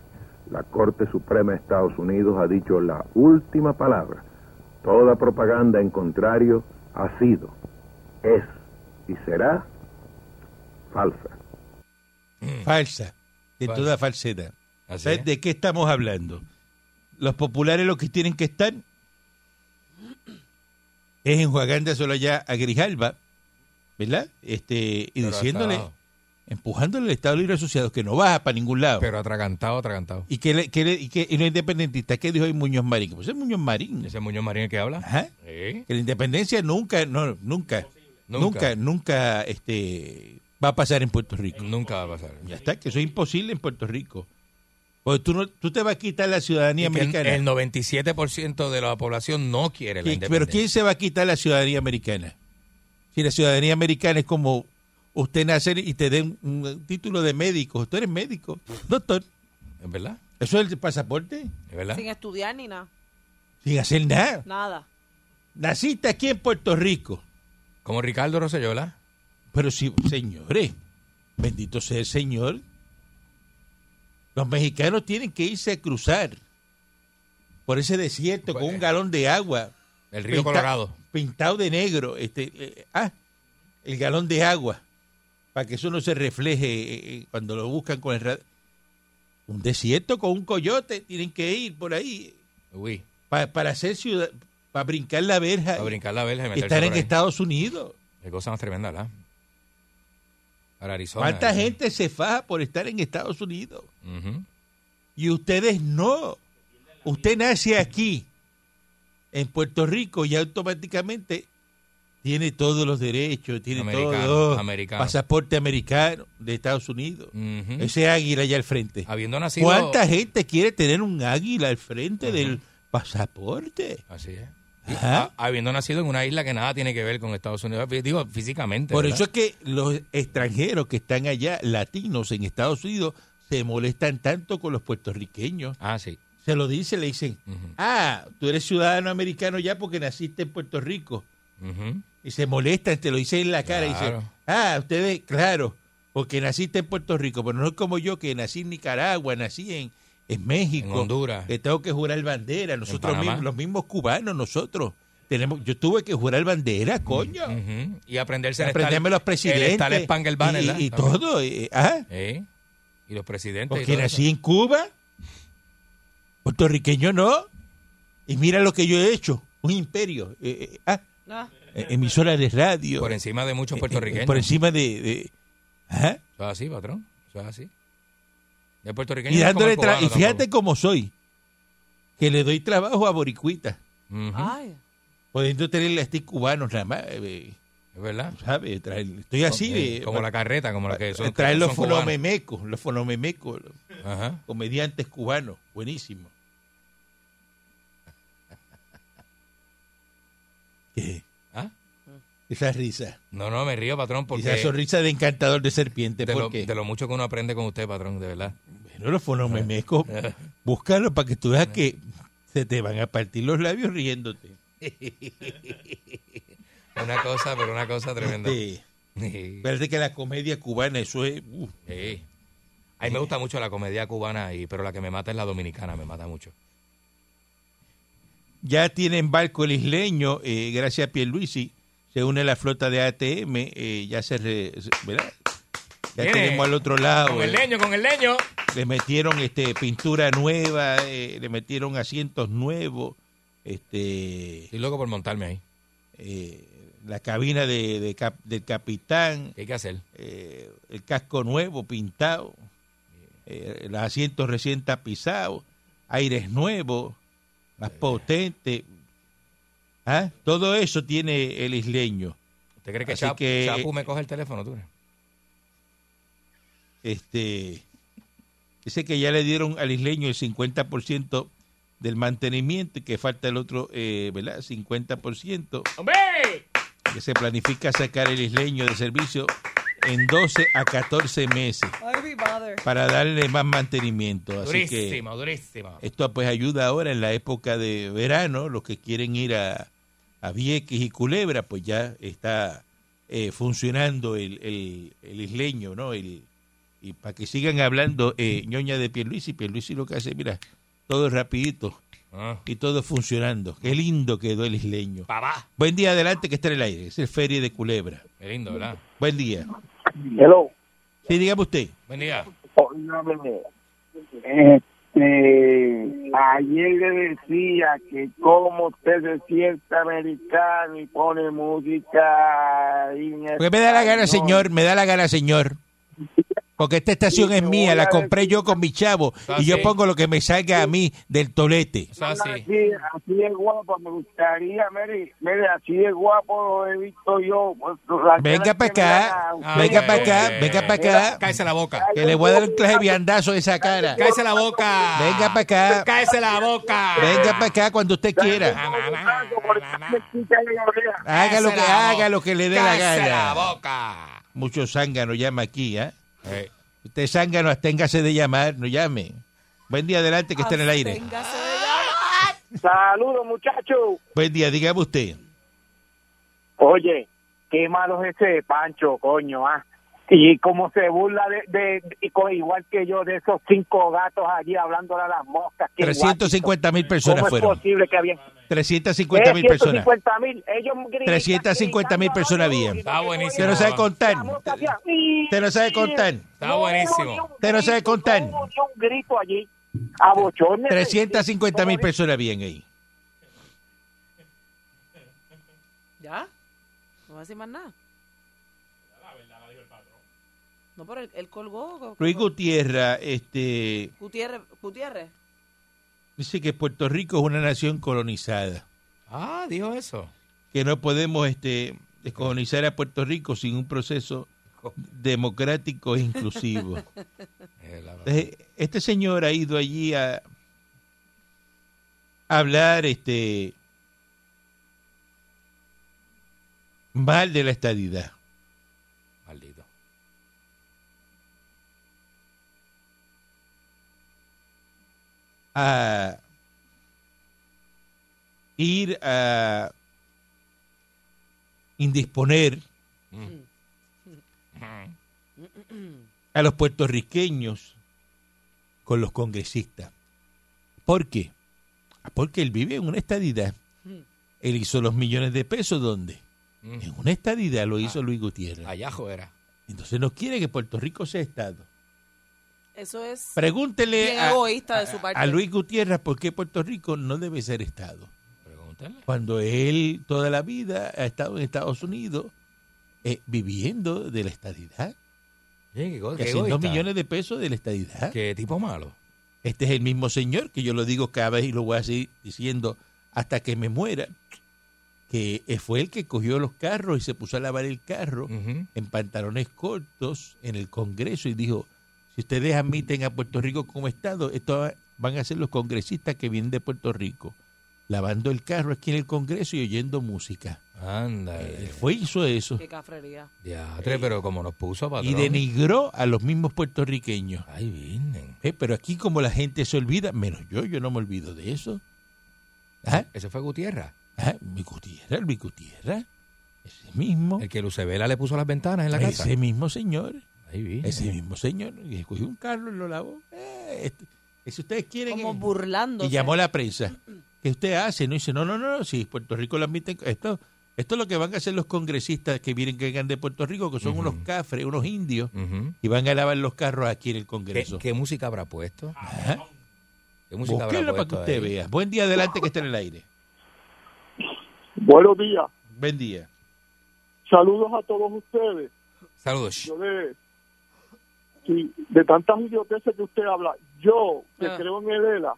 G: La Corte Suprema de Estados Unidos ha dicho la última palabra. Toda propaganda en contrario ha sido, es y será falsa.
C: Falsa, de
E: Falsa.
C: toda falsedad.
E: Así
C: ¿Sabes
E: es.
C: de qué estamos hablando? Los populares lo que tienen que estar es enjuagando solo allá a Grijalba, ¿verdad? Este, y
E: Pero
C: diciéndole,
E: atado.
C: empujándole al Estado Libre Asociado que no baja para ningún lado.
E: Pero atragantado, atragantado.
C: y que, le- que le- y que y los independentistas, ¿qué dijo hoy Muñoz Marín? Pues es Muñoz Marín.
E: ¿Ese Muñoz Marín el que habla?
C: Ajá.
E: Sí.
C: Que la independencia nunca, no, nunca, nunca,
E: Nunca.
C: nunca este, va a pasar en Puerto Rico.
E: Nunca va a pasar.
C: Ya está, que eso es imposible en Puerto Rico. Porque tú, no, tú te vas a quitar la ciudadanía
E: Y que el,
C: americana.
E: el 97% de la población no quiere la
C: ¿Qui-
E: independencia.
C: pero ¿quién se va a quitar la ciudadanía americana? Si la ciudadanía americana es como usted nace y te den un título de médico. Tú eres médico, doctor.
E: ¿Es verdad?
C: ¿Eso es el pasaporte?
E: ¿Es verdad?
D: Sin estudiar ni nada.
C: Sin hacer nada.
D: Nada.
C: Naciste aquí en Puerto Rico.
E: Como Ricardo Rosselló, ¿verdad?
C: Pero sí, señores, bendito sea el Señor. Los mexicanos tienen que irse a cruzar por ese desierto
E: Pues,
C: con un galón de agua.
E: El río
C: pinta-
E: Colorado.
C: Pintado de negro. Este, eh, ah, el galón de agua. Para que eso no se refleje eh, eh, cuando lo buscan con el radio. Un desierto con un coyote. Tienen que ir por ahí
E: Uy,
C: pa- para hacer ciudad, para brincar la verja.
E: a brincar la verja y
C: y
E: meterse
C: estar
E: por
C: en
E: ahí.
C: Estados Unidos.
E: Qué cosa más tremenda, ¿verdad? Para Arizona.
C: ¿Cuánta
E: ¿verdad?
C: gente se faja por estar en Estados Unidos?
E: Ujú.
C: Y ustedes no. Usted nace aquí, en Puerto Rico, y automáticamente tiene todos los derechos, tiene
E: Americano,
C: todo.
E: americano.
C: Pasaporte americano de Estados Unidos.
E: Ujú.
C: Ese águila allá al frente.
E: Habiendo nacido...
C: ¿Cuánta gente quiere tener un águila al frente del pasaporte?
E: Así es.
C: Ajá.
E: Ah, Habiendo nacido en una isla que nada tiene que ver con Estados Unidos. Digo, físicamente.
C: Por
E: ¿verdad?
C: eso es que los extranjeros que están allá, latinos en Estados Unidos, se molestan tanto con los puertorriqueños.
E: Ah, sí.
C: Se lo dice, le dicen,
E: Ujú.
C: ah, tú eres ciudadano americano ya porque naciste en Puerto Rico.
E: Ujú.
C: Y se molestan, te lo dicen en la cara. Y
E: Claro.
C: dicen, ah, ustedes, claro, porque naciste en Puerto Rico, pero no es como yo que nací en Nicaragua, nací en, en México.
E: En Honduras.
C: Que tengo que jurar bandera. Nosotros
E: Panamá.
C: mismos, los mismos cubanos, nosotros. tenemos Yo tuve que jurar bandera, coño.
E: Ujú. Y aprenderse el
C: Aprenderme
E: Star-
C: los presidentes.
E: Mm, El Star Spangled Banner,
C: y-
E: ¿verdad?
C: Y,
E: También.
C: todo. eh, ah,
E: Sí. Y los presidentes. y
C: porque
E: todo eso.
C: nací en Cuba. Puertorriqueño no. Y mira lo que yo he hecho. Un imperio. eh, eh, ah,
D: Nada.
C: eh, emisora de radio.
E: Por encima de muchos
C: eh, eh,
E: puertorriqueños.
C: por encima de... de- ¿ah? ajá.
E: Eso es así, patrón. Eso es así. De puertorriqueño.
C: Y
E: no es como
C: dándole
E: el
C: tra-
E: cubano
C: Y fíjate
E: tampoco.
C: cómo soy. Que le doy trabajo a Boricuita.
E: Ujú.
C: Ah.
D: Ay.
C: Podiendo tener a este cubanos nada más. eh,
E: Es verdad.
C: ¿Sabe? Traer- estoy así
E: Sí,
C: de...
E: como la carreta, como la que son.
C: traer
E: que
C: los
E: son cubanos.
C: fonomemecos. Los fonomemecos. los
E: Ajá.
C: comediantes cubanos. Buenísimo. ¿Qué? Mm.
E: ¿Ah?
C: Esa risa.
E: No, no, me río, patrón, porque.
C: Esa sonrisa de encantador de serpiente.
E: de, lo,
C: porque
E: de lo mucho que uno aprende con usted, patrón, de verdad.
C: Bueno, los fonomemecos,
E: Ah.
C: búscalo para que tú veas que se te van a partir los labios riéndote.
E: Una cosa, pero una cosa tremenda.
C: Este,
E: Sí.
C: parece que la comedia cubana, eso es. uh,
E: Sí. A mí me gusta mucho la comedia cubana, y, pero la que me mata es la dominicana, me mata mucho.
C: Ya tienen barco el isleño, eh, gracias a Pierluisi. Se une la flota de ATM, eh, ya se. re- se- ¿verdad? Ya
E: Viene.
C: tenemos al otro lado.
E: Con el
C: eh,
E: leño, con el leño.
C: le metieron este pintura nueva, eh, le metieron asientos nuevos, este
E: Estoy loco por montarme ahí.
C: eh, la cabina de, de cap- del capitán,
E: ¿Qué hay que hacer?
C: eh, el casco nuevo pintado, eh, los asientos recién tapizados, aires nuevos, más potentes. ¿Ah? Todo eso tiene el isleño.
E: ¿Usted cree que,
C: Así
E: Chapu,
C: que-
E: Chapu me coge el teléfono, tú?
C: Este, dice que ya le dieron al isleño el 50% del mantenimiento y que falta el otro, eh, ¿verdad? 50%. Que se planifica sacar el isleño de servicio en 12 a 14 meses
D: Ay, mi madre.
C: para darle más mantenimiento. Así que
E: Durísimo, durísimo.
C: esto pues ayuda ahora en la época de verano, los que quieren ir a, a Vieques y Culebra, pues ya está eh, funcionando el, el- el isleño, ¿no? El, y para que sigan hablando eh, ñoña de Pierluisi, Pierluisi lo que hace, mira, todo rapidito
E: Ah,
C: y todo funcionando. Qué lindo quedó el isleño.
E: papá.
C: Buen día, adelante que está en el aire, es el Feria de Culebra.
E: Qué lindo, ¿verdad?
C: Buen día.
H: Hello.
C: Sí, dígame usted.
E: Buen día.
H: Óigame, Este, ayer le decía que como usted se siente americano y pone música. en
C: Porque me da la gana,
H: español.
C: señor, me da la gana, señor. Porque esta estación
H: Sí,
C: es
H: te
C: mía,
H: voy
C: la
H: a
C: compré
H: decir-
C: yo con mi chavo
E: Ah,
C: y yo
E: sí.
C: pongo lo que me salga a mí del tolete.
E: Eso es así.
H: Así, así es guapo, me gustaría, mire, mire, así de guapo lo he visto yo. pues, la
C: Venga
H: cara
C: para
H: que me
C: acá,
H: da
E: Ah,
H: usted.
C: venga para acá,
E: eh,
C: venga para acá,
E: Cáese la boca.
C: que le voy a dar un clase de viandazo a esa cara.
E: Cáese la boca.
C: Venga pa' acá.
E: Cáese la boca.
C: Venga para acá cuando usted quiera.
H: Por eso me quita la oreja.
C: Haga lo que
E: Cáese la
C: haga
E: boca.
C: lo que le dé la
E: Cáese la
C: gana.
E: boca.
C: Mucho zángano llama aquí, ¿eh?
E: Eh,
C: Usted zángano, absténgase de llamar, no llame. Buen día, adelante que está en el aire.
D: Absténgase de llamar.
H: Saludos, muchachos.
C: Buen día, dígame
H: Eh,
C: usted.
H: Oye, qué malo es ese Pancho, coño, ah. Y como se burla de, de- y co- igual que yo, de esos cinco gatos allí hablándole a las moscas. que
C: 350 mil
H: guapito.
C: personas
H: ¿Cómo es
C: fueron.
H: posible que había...
C: 350 mil personas.
H: 350 mil, ellos gritan-
C: 350 mil personas había.
H: gritando,
E: Está buenísimo.
C: Usted no sabe contar.
H: La mosca hacía, "Y-".
C: Usted no sabe contar.
E: Está buenísimo.
C: Usted no sabe contar.
H: No hubo ni un grito allí. A bochornes.
C: 350 mil personas bien ahí.
D: ¿Ya? No va a decir más nada. No, pero él, él colgó. co-
C: Luis
D: co-
C: Gutiérrez este,
D: Gutiérrez. Gutiérrez.
C: dice que Puerto Rico es una nación colonizada,
E: Ah, dijo eso.
C: que no podemos este, descolonizar a Puerto Rico sin un proceso democrático e inclusivo.
E: Eh, la-
C: Entonces, Este señor ha ido allí a a hablar este mal de la estadidad.
E: Maldito.
C: a ir a indisponer a los puertorriqueños con los congresistas. ¿Por qué? Ah, Porque él vive en una estadidad. Él hizo los millones de pesos ¿dónde?
E: Mm.
C: En una estadidad lo hizo Luis Gutiérrez.
E: Ayajo era.
C: Entonces no quiere que Puerto Rico sea estado.
D: Eso es
C: Pregúntele
D: bien
C: a,
D: egoísta de su parte.
C: a Luis Gutiérrez por qué Puerto Rico no debe ser estado.
E: Pregúntale.
C: cuando él toda la vida ha estado en Estados Unidos eh, viviendo de la estadidad,
E: Oye, qué go-
C: que
E: qué
C: haciendo
E: egoísta.
C: millones de pesos de la estadidad.
E: Qué tipo malo.
C: Este es el mismo señor que yo lo digo cada vez y lo voy a seguir diciendo hasta que me muera, que eh, fue el que cogió los carros y se puso a lavar el carro
E: Ujú.
C: en pantalones cortos en el Congreso y dijo, si ustedes admiten a Puerto Rico como Estado, esto va- van a ser los congresistas que vienen de Puerto Rico, lavando el carro aquí en el Congreso y oyendo música.
E: Anda.
C: Él fue hizo eso
D: Qué cafrería.
E: Diatre, pero como nos puso patrón.
C: y denigró a los mismos puertorriqueños.
E: Ay, vienen.
C: Eh, pero aquí como la gente se olvida, menos yo, yo no me olvido de eso. Ah,
E: Ese fue Gutiérrez.
C: ah, mi Gutiérrez, Luis Gutiérrez, ese mismo,
E: El que Lucevela le puso las ventanas en la casa.
C: ese mismo señor,
E: Ahí vienen.
C: ese mismo señor, y cogió un carro y lo lavó. Eh, este- eh, si ustedes quieren...
D: Como
C: eh,
D: burlándose.
C: y llamó a la prensa. ¿Qué usted hace? No dice, no, no, no, si Puerto Rico lo admite, esto Esto es lo que van a hacer los congresistas que vienen que vengan de Puerto Rico, que son unos cafres, unos indios,
E: Ujú.
C: y van a lavar los carros aquí en el
E: ¿Qué,
C: Congreso.
E: qué música habrá puesto?
C: Ajá.
E: ¿Qué música habrá
C: Búsquenlo Ah, para que
E: puesto?
C: usted
E: ahí?
C: vea. Buen día adelante que está en el aire.
H: Buenos días.
C: Buen día.
H: Saludos a todos ustedes.
E: Saludos.
H: Yo de, sí, de tantas idioteces que usted habla, yo que
D: Ah.
H: creo en el ELA,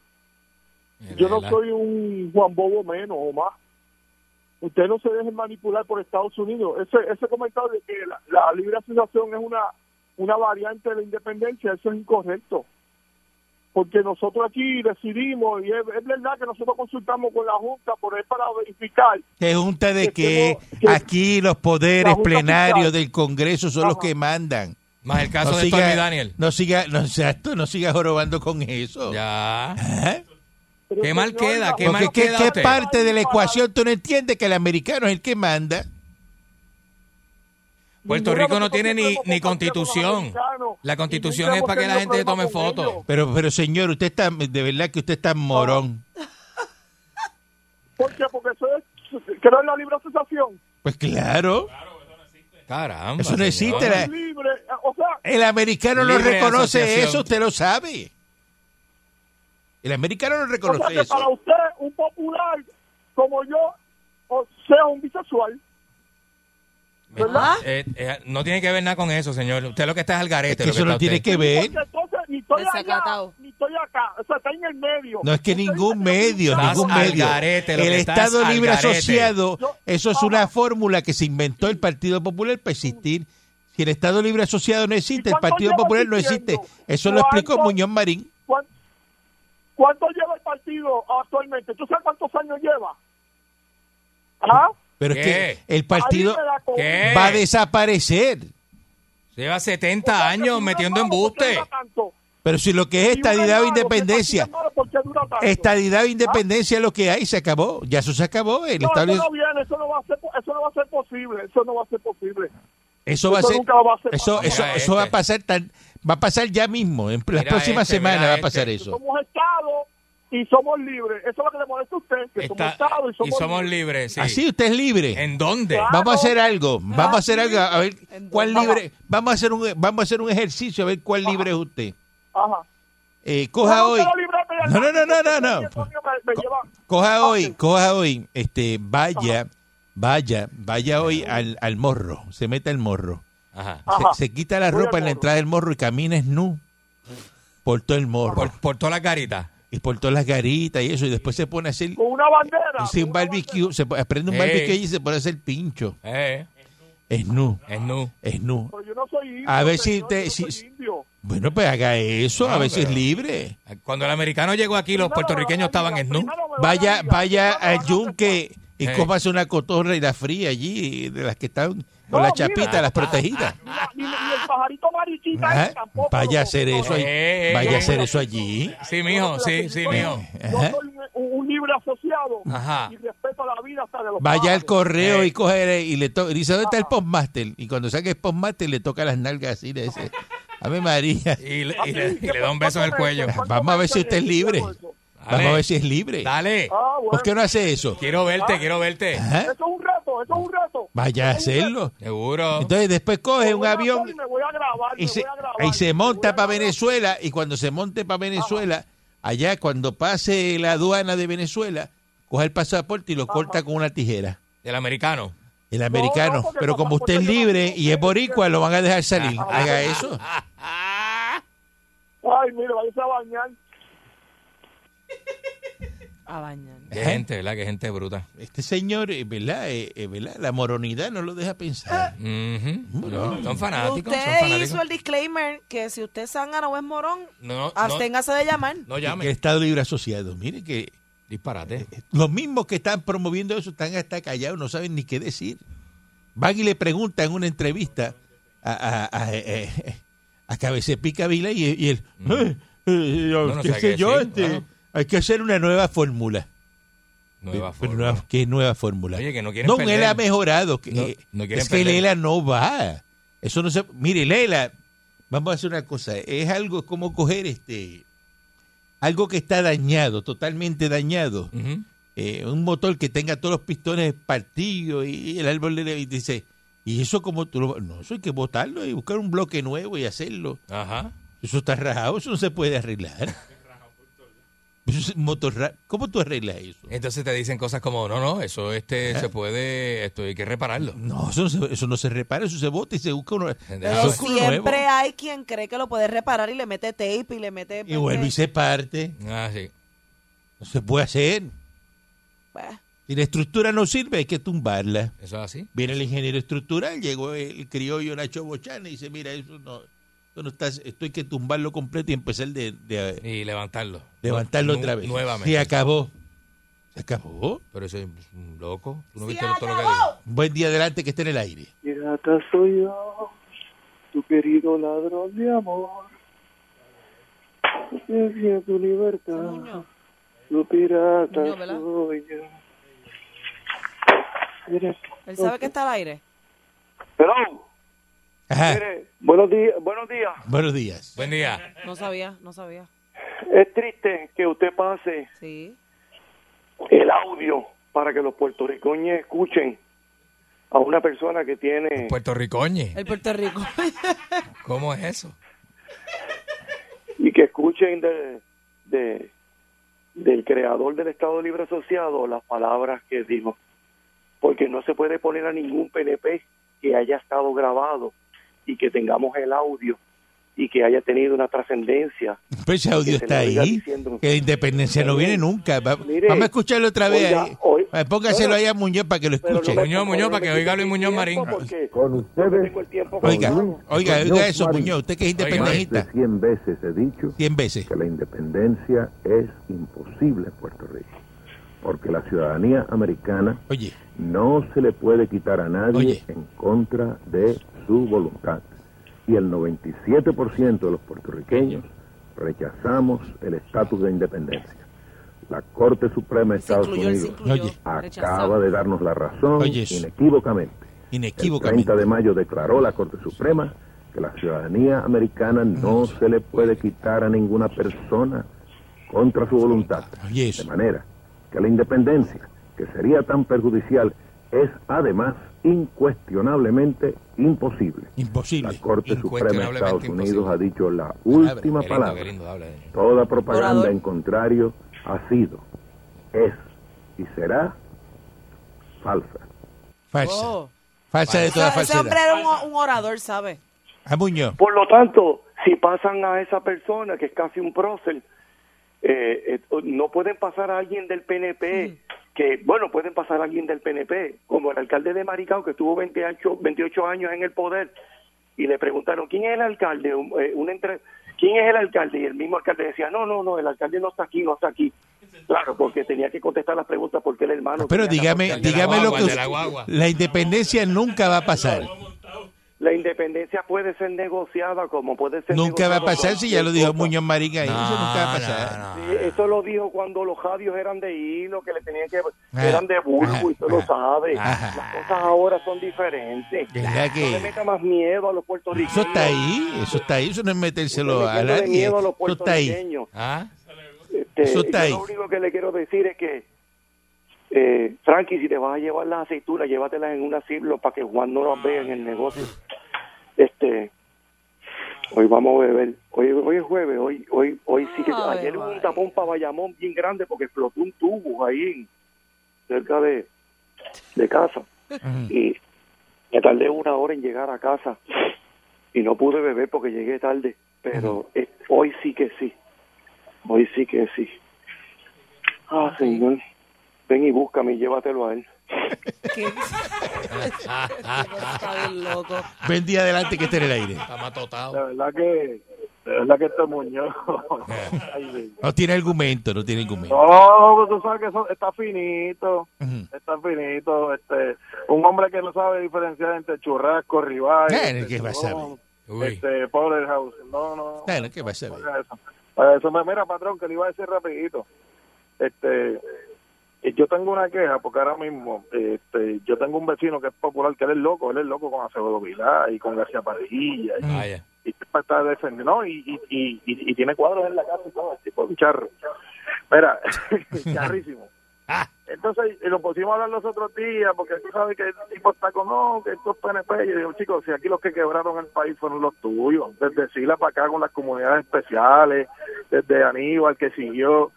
H: yo no
E: Adela-
H: soy un Juan Bobo menos o más. Ustedes no se dejen manipular por Estados Unidos. Ese, ese comentario de que la, la libre asociación es una, una variante de la independencia, eso es incorrecto. Porque nosotros aquí decidimos, y es, es verdad que nosotros consultamos con la Junta, por es para verificar
C: ¿Qué junta de
H: Que
C: que
H: tengo- que-
C: Aquí los poderes
H: La junta
C: plenarios
H: fiscal.
C: del Congreso son los
H: Ajá.
C: que mandan.
E: Más el caso
C: No
E: de
C: siga-
E: Stormy Daniel.
C: No siga, no, exacto, no siga jorobando con eso.
E: Ya.
C: Ajá.
H: Pero,
E: Qué mal queda,
H: la-
E: qué mal
C: Porque ¿qué,
E: queda
C: qué
E: usted?
C: parte de la ecuación tú no entiendes que el americano es el que manda?
E: Puerto
H: Ninguno
E: Rico no
H: nosotros
E: tiene ni,
H: tenemos
E: ni
H: contacto con los
E: constitución.
H: americanos,
E: La
H: y
E: constitución
H: nunca
E: es para
H: hemos
E: que la
H: tenido
E: gente tome
H: problemas con
E: fotos.
H: ellos.
C: Pero, pero señor, usted está, de verdad que usted está morón.
H: ¿Por qué? Porque eso es, que no es la libre asociación.
C: Pues claro,
E: Caramba.
C: Eso no
E: señor.
C: existe, la-
H: Es libre, eh, o sea,
C: el americano no
E: Libre
C: reconoce
E: asociación.
C: eso, usted lo sabe. El americano no
H: o sea
C: reconoce
H: que para
C: eso.
H: usted, un popular como yo, o sea, un bisexual. ¿Verdad?
E: Eh, eh, no tiene que ver nada con eso, señor. Usted lo que está es al
C: Es
E: garete.
C: que
E: lo que
C: eso no
E: está
C: tiene
E: usted.
C: que ver.
H: Porque entonces ni estoy allá,
D: Desacatado.
H: ni estoy acá. O sea, está en el medio.
C: No es que
H: Entonces,
C: ningún
H: dice que
C: medio,
H: no
E: Estás
C: ningún
E: al
C: medio.
E: garete, lo
C: el
E: que estás
C: Estado
E: al
C: Libre
E: garete.
C: Asociado,
H: Yo-
C: eso es
H: Vamos.
C: una fórmula que se inventó el Partido Popular para existir. Si el Estado Libre Asociado no existe, el
H: ¿Y cuánto
C: Partido
H: lleva
C: Popular no
H: existiendo?
C: existe. Eso lo explicó
H: ¿Cuánto?
C: Muñoz Marín.
H: ¿cuán- ¿Cuánto lleva el partido actualmente? ¿Tú sabes cuántos años lleva? ¿Ah?
C: Pero es que
E: ¿Qué?
C: el partido
H: Ahí me la comí.
E: ¿Qué?
C: va a desaparecer.
E: Lleva
H: O sea,
E: 70
H: que
E: años
H: si no
E: metiendo
H: es malo, ¿por qué
E: embuste.
H: dura tanto?
C: Pero si lo que es
H: Si uno es
C: estadidad o
H: malo, si el
C: independencia,
H: partido es malo, ¿por qué dura tanto?
C: estadidad o independencia es lo que hay, se acabó. Ya eso se acabó. El
H: No,
C: Estado
H: eso no
C: Libre-
H: viene, eso no va a ser, eso no va a ser posible, eso no va a ser posible.
C: eso va a
H: eso
C: ser,
H: nunca lo va a hacer.
C: eso,
E: Mira
C: eso,
E: este.
C: eso va a pasar tan, va a pasar ya mismo. En las
E: Mira
C: próximas
E: este,
C: semanas
E: mira
C: va a pasar
E: este.
C: eso.
H: Somos Estado y somos libres. Eso es lo que le molesta a usted, que
E: Está-
H: somos Estado y
E: y
H: somos,
E: somos
H: libres.
E: libres. sí.
C: Así usted es libre.
E: ¿En dónde?
H: Claro.
C: Vamos a hacer algo. Vamos a hacer algo. A ver
D: ¿En
C: cuál
D: dónde?
C: libre. Vamos a hacer un, vamos a hacer un ejercicio a ver cuál libre es usted.
H: Ajá.
C: Eh, coja
H: No,
C: hoy.
H: usted lo libra de-
C: No, no, no, no, no, no.
H: Este coño me- me lleva-
C: Coja hoy,
H: Ok.
C: coja hoy, este, vaya, vaya, vaya hoy al, al morro, se mete al morro,
E: Ajá.
C: se,
H: Ajá.
C: se quita la
H: Voy al
C: ropa en la
H: morro.
C: entrada del morro y camina nu por todo el morro
E: Por, por todas las garitas.
C: y por todas las garitas y eso, y después se pone a hacer
H: Con una bandera.
C: hace un
H: con una
C: barbecue, se po- prende un
E: Ey.
C: barbecue allí y se pone a hacer pincho,
E: Eh,
C: es nu,
E: es nu.
C: es nu.
H: bandera. Pero yo no soy indio.
C: A ver si
H: señor,
C: te-
H: yo no
C: si-
H: soy indio.
C: Bueno, pues haga eso, a
E: No,
C: ver si es
E: pero-
C: libre.
E: Cuando el americano llegó aquí, los
H: Primero
E: puertorriqueños
H: me van a
E: estaban
H: ligar,
E: en nu.
H: primero me van a
C: Vaya,
H: ligar,
C: vaya
H: primero me
C: al
H: van a
C: yunque y
E: Ey.
C: cómase una cotorra y la fría allí, de las que están con
H: No,
C: la
H: mira.
C: chapita,
E: ah,
C: las protegidas.
H: Mira, ni, ni el pajarito marichita
C: Ajá.
H: ese tampoco.
C: Vaya a
H: loco.
C: hacer eso, ahí.
E: Eh, eh,
C: vaya a
E: eh.
C: hacer eso allí.
E: Sí, mijo, sí, sí, mijo.
H: Yo soy un, un libre asociado
E: Ajá.
H: y respeto la vida hasta de los
C: Vaya al
H: padres.
C: correo
E: Eh. Ah.
C: y coge y le to- y dice dónde está el postmaster y cuando saque el postmaster le toca las nalgas así le dice, "Ave María,
E: Y, le- y le, y le da un beso en el cuello.
C: Vamos a ver si usted es libre. vamos a ver si es libre."
E: Dale.
H: Ah, bueno.
C: ¿Por qué no hace eso?
E: Quiero verte, quiero verte.
C: Ajá.
H: Eso es un reto, eso es un reto.
C: Vaya a hacerlo.
E: Seguro.
C: Entonces después coge
H: Me
C: un
H: voy a
C: avión
H: hacer y Pues me voy a grabar,
C: y
H: me
C: se,
H: voy a grabar,
C: y se
H: me voy
C: monta
H: a
C: para
H: grabar. Ah,
C: Venezuela y cuando se monte para Venezuela, allá cuando pase la aduana de Venezuela, coge el pasaporte y lo corta con una tijera.
E: El americano.
C: El americano.
H: No, no, porque
C: pero como usted
H: pasaporte
C: es
H: yo no
C: libre
H: tengo,
C: y es
H: pero-
C: boricua, lo van a dejar salir.
H: Ah,
C: Haga eso.
H: Ay, mire, vaya a bañar.
D: A bañar.
E: Qué gente, ¿verdad? Qué gente bruta.
C: Este señor, eh, ¿verdad? Eh, eh, ¿verdad? La moronidad no lo deja pensar.
E: Ujú. Son fanáticos. Son
D: Usted
E: fanáticos.
D: hizo el disclaimer que si usted es zángano o es morón,
E: No, no,
D: absténgase de llamar.
E: no
C: Que El
E: llame.
C: Estado Libre Asociado. Mire que eh,
E: Disparate.
C: los mismos que están promoviendo eso están hasta callados, no saben ni qué decir. Van y le preguntan en una entrevista a, a, a, eh, eh, a Cabecepica Vila y, y él, "Eh, eh,
E: Mm. no
C: qué
E: sé
C: sé
E: qué
C: yo,
E: decir,
C: este,
E: claro.
C: hay que hacer una nueva fórmula.
E: Nueva
C: Pero
E: forma.
C: nueva- ¿Qué nueva fórmula?
E: Oye, que no quieren
C: un
E: perder.
C: ELA mejorado. Que,
E: No,
C: eh,
E: no quieren
C: es que el
E: perder.
C: ELA no va. Eso no se... Mire, el ELA, vamos a hacer una cosa. Es algo es
E: Mm.
C: como coger este... Algo que está dañado, totalmente dañado,
E: Ujú.
C: eh, un motor que tenga todos los pistones partidos y el árbol de y dice, y eso como tú lo- no, eso hay que botarlo y buscar un bloque nuevo y hacerlo.
E: Ajá.
C: Eso está rajado, eso no se puede arreglar. Eso es un motor ra- ¿Cómo tú arreglas eso?
E: Entonces te dicen cosas como, no, no, eso este se puede, esto hay que repararlo.
C: No, eso no se, eso no se repara, eso se bota y se busca uno.
E: Eso
D: Pero
E: es
C: busca uno
D: siempre
C: nuevo.
D: hay quien cree que lo puede reparar y le mete tape y le mete...
C: Y vuelve y se parte.
E: Ah, sí.
C: No se puede hacer.
D: Bah,
C: Si la estructura no sirve, hay que tumbarla.
E: Eso es así.
C: Viene el ingeniero estructural, llegó el criollo Nacho Bochana y dice, mira, eso no, esto no está, esto hay que tumbarlo completo y empezar de, de-
E: Y levantarlo.
C: levantarlo
E: Nu-
C: otra vez.
E: Nuevamente.
C: Se acabó. Se acabó.
E: Pero eso es un loco. ¿Tú no
D: ¡Se
E: viste todo lo que
D: acabó!
E: dijo?
C: Un buen día adelante que esté en el aire.
H: Pirata soy yo, tu querido ladrón de amor. Desvía tu libertad,
D: Muñoz.
H: tu pirata
D: Muñoz, ¿verdad?
H: soy yo. Mire,
D: Él sabe que está al aire.
H: Perdón,
C: Ajá.
H: mire, buenos días, buenos días.
C: Buenos días.
E: Buen día.
D: No sabía, no sabía.
H: Es triste que usted pase
D: Sí.
H: el audio para que los puertorriqueños escuchen a una persona que tiene
E: Puerto Ricoñe.
D: El Puerto Rico.
E: ¿Cómo es eso?
H: y que escuchen de, de- del creador del Estado Libre Asociado las palabras que dijo, porque no se puede poner a ningún PNP que haya estado grabado y que tengamos el audio y que haya tenido una trascendencia.
C: Pues ese audio
H: Que se
C: está
H: lo diga
C: ahí.
H: diciendo.
C: Que la independencia no viene nunca. Va-
H: Mire,
C: vamos a escucharlo otra vez.
H: oiga,
C: ahí.
H: oiga,
C: Póngaselo
H: oiga.
C: ahí a Muñoz para que lo
H: Pero no
C: escuche.
H: me-
E: Muñoz, Muñoz, para que
H: no me
E: oiga Luis
H: quiten
E: Muñoz
H: mi
E: Marín.
H: tiempo porque
G: Con
H: no
G: ustedes,
H: tengo el tiempo para
C: Oiga,
H: hablar.
C: oiga, oiga eso,
G: Marín.
C: Muñoz. Usted que es
E: Oiga,
G: Más de
C: independentista.
H: este,
G: 100 veces he dicho
C: 100 veces.
G: que la independencia es imposible en Puerto Rico, porque la ciudadanía americana
C: Oye,
G: no se le puede quitar a nadie
C: Oye.
G: en contra de su voluntad. Y el 97% de los puertorriqueños rechazamos el estatus de independencia. La Corte Suprema de
D: Se
G: Estados
D: incluyó, él se
G: Unidos
D: incluyó.
C: Oye.
G: acaba
D: Rechazado.
G: de darnos la razón
C: Oye, eso.
G: inequívocamente. El
C: inequívocamente.
G: 30 de mayo declaró la Corte Suprema que la ciudadanía americana no se le puede quitar a ninguna persona contra su voluntad.
C: Oye,
G: De
C: eso.
G: manera que la independencia, que sería tan perjudicial, es además incuestionablemente imposible. La
C: Imposible.
G: Corte Suprema de Estados
E: Incuestionablemente
G: Unidos
E: imposible.
G: ha dicho la
E: Qué
G: última
E: lindo,
G: palabra.
E: qué lindo habla. eh.
G: Toda propaganda
D: Orador.
G: en contrario ha sido, es y será falsa.
C: Falsa.
D: Oh.
C: Falsa de toda
D: Ese, ese hombre
C: falsedad.
D: era un, un orador, ¿sabe?
C: A Muñoz.
H: Por lo tanto, si pasan a esa persona que es casi un prócer, eh, eh, no pueden pasar a alguien del PNP, que bueno, pueden pasar a alguien del PNP, como el alcalde de Maricao que estuvo 28, 28 años en el poder y le preguntaron quién es el alcalde, Un- eh, una entre- quién es el alcalde y el mismo alcalde decía no, no, no, el alcalde no está aquí, no está aquí. Claro, porque tenía que contestar las preguntas porque el hermano.
C: Ah, Pero
H: tenía
C: dígame,
H: 14 años.
C: dígame lo
E: guagua,
C: que
E: el de la guagua.
C: la independencia nunca va a pasar.
H: La independencia puede ser negociada como puede ser.
C: Nunca va a
H: negociada
C: pasar si ya lo dijo
H: cualquier cosa.
C: Muñoz Marín ahí. Eso nunca va a
E: No,
C: pasar.
E: no, no,
H: Sí, eso lo dijo cuando los jabios eran de hilo, que le tenían que.
C: Ah,
H: eran de
C: ajá,
H: bulbo, y usted lo
C: ajá,
H: sabe.
C: ajá.
H: Las cosas ahora son diferentes.
C: ¿Verdad
H: No le
C: que
H: meta más miedo a los puertorriqueños.
C: eso está ahí? Eso está ahí. Eso no es metérselo
H: Usted
C: a
H: metiéndole
C: nadie.
H: miedo a los
C: Eso está ahí.
H: puertorriqueños.
E: Ah,
H: Este,
C: Eso está
H: yo
C: ahí.
H: Lo único que le quiero decir es que, eh, Frankie, si te vas a llevar las aceitunas, llévatelas en una sirlo para que Juan no las vea en el negocio. Este, hoy vamos a beber. Hoy, hoy es jueves. Hoy, hoy, hoy sí que
D: Ay,
H: ayer hubo un
D: María.
H: tapón para Bayamón bien grande porque explotó un tubo ahí en- cerca de, de casa y me tardé una hora en llegar a casa y no pude beber porque llegué tarde, pero eh, hoy sí que sí, hoy sí que sí. Ah, señor, ven y búscame y llévatelo a él.
D: Que-
C: Ah.
D: está bien loco.
C: Buen día adelante que esté en el aire.
E: está
I: La
E: matotado.
I: verdad que, la verdad que este Muñoz. Ay, sí.
C: No tiene argumento, no tiene argumento.
I: No, tú sabes que eso está finito,
C: Ujú.
I: está finito. Este, un hombre que no sabe diferenciar entre churrasco, rival.
C: Eh, ¿qué va a saber?
E: Uy.
I: Este, Powerhouse. No, no.
C: Claro, ¿qué vas a ver?
I: Para eso. Para eso, me- mira, patrón, que le iba a decir rapidito. Este, eh, yo tengo una queja, porque ahora mismo este, yo tengo un vecino que es popular, que él es loco, él es loco con Acevedo Vilá y con García Padilla. y-
E: Vaya.
I: y para estar defendiendo, no, y, y, y, y- y tiene cuadros en la casa y todo, el tipo es un charro. Mira, charrísimo.
H: Entonces eh, lo pusimos a hablar los otros días, porque tú sabes que el tipo está con, no, que esto es PNP. Y yo digo, chicos, si aquí los que quebraron el país fueron los tuyos, desde Sila para acá con las comunidades especiales, desde Aníbal que siguió.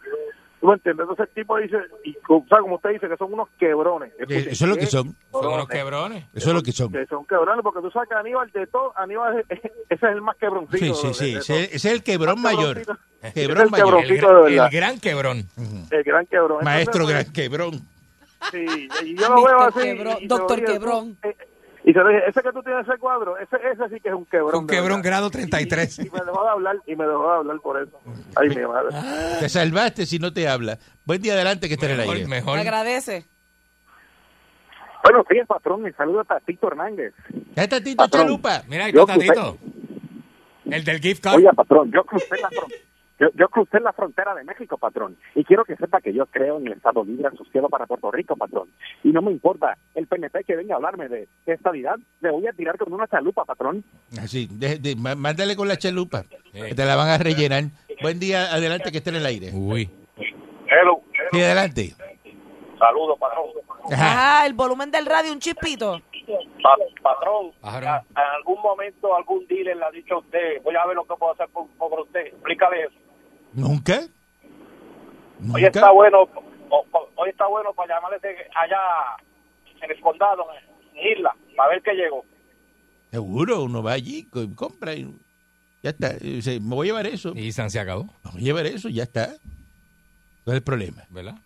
H: ¿Tú me entiendes? Entonces el tipo dice, y, o sea, como usted dice, que son unos quebrones.
C: Eh, Eso es lo que
H: ¿Qué?
C: son.
E: Son unos quebrones.
C: Eso es lo que son.
H: Que son quebrones, porque tú sabes que Aníbal de todo, Aníbal es- ese es el más quebroncito.
C: Sí, sí,
H: de-
C: sí.
H: de
C: Ese
H: todos.
C: ese es el quebrón mayor.
H: Quebroncito. Es
C: Quebrón
H: el
C: mayor.
E: El,
H: Poquito de
E: gran- el
H: verdad.
E: gran quebrón.
H: El gran quebrón.
C: Maestro
H: Entonces, pues,
C: gran quebrón.
H: Sí, y yo lo veo
D: Mr.
H: así.
D: Quebrón,
H: y-
D: Dr.
H: y se lo dije,
D: Quebrón.
H: eh, Y se lo dije, ese que tú tienes ese cuadro, ese, ese sí que es un quebrón.
E: Un
H: de
E: quebrón
H: verdad.
E: grado 33.
H: Y, y me dejó de hablar, y me dejó de hablar por eso. Ay, mi madre.
C: Te salvaste si no te habla. Buen día adelante que está en el
E: Mejor,
C: aire.
D: Me
E: mejor.
D: agradece.
H: Bueno, sí, patrón, y saludo a Tatito Hernández.
C: Ya está Tito
H: Patrón.
C: Chalupa.
E: Mira, ahí
H: Yo
E: está Tatito. El del gift card.
H: Oiga, patrón, yo crucé la fron- Yo, yo crucé la frontera de México, patrón, y quiero que sepa que yo creo en el Estado libre asociado para Puerto Rico, patrón. Y no me importa el PNP que venga a hablarme de de estabilidad, le voy a tirar con una chalupa, patrón.
C: Así, de- de- má- mándale con la chalupa.
E: Eh.
C: que Te la van a rellenar. Buen día adelante que está en el aire.
E: Uy.
H: Hello,
C: Sí, adelante.
H: saludos, patrón.
C: Ajá.
D: Ah, el volumen del radio, un chispito.
H: patrón,
E: Pájaro. a-
H: en algún momento algún dealer le ha dicho a usted, voy a ver lo que puedo hacer por, usted, explícale eso.
C: ¿Nunca?
H: Hoy
C: ¿Nunca?
H: está bueno, o- o- hoy está bueno para llamarle de- allá en el condado, en Isla, para ver qué llegó.
C: Seguro, uno va allí, co- compra y ya está. Y dice, me voy a llevar eso.
E: Y San se acabó,
C: Me voy a llevar eso, ya está. ¿Cuál es el problema?
E: ¿verdad?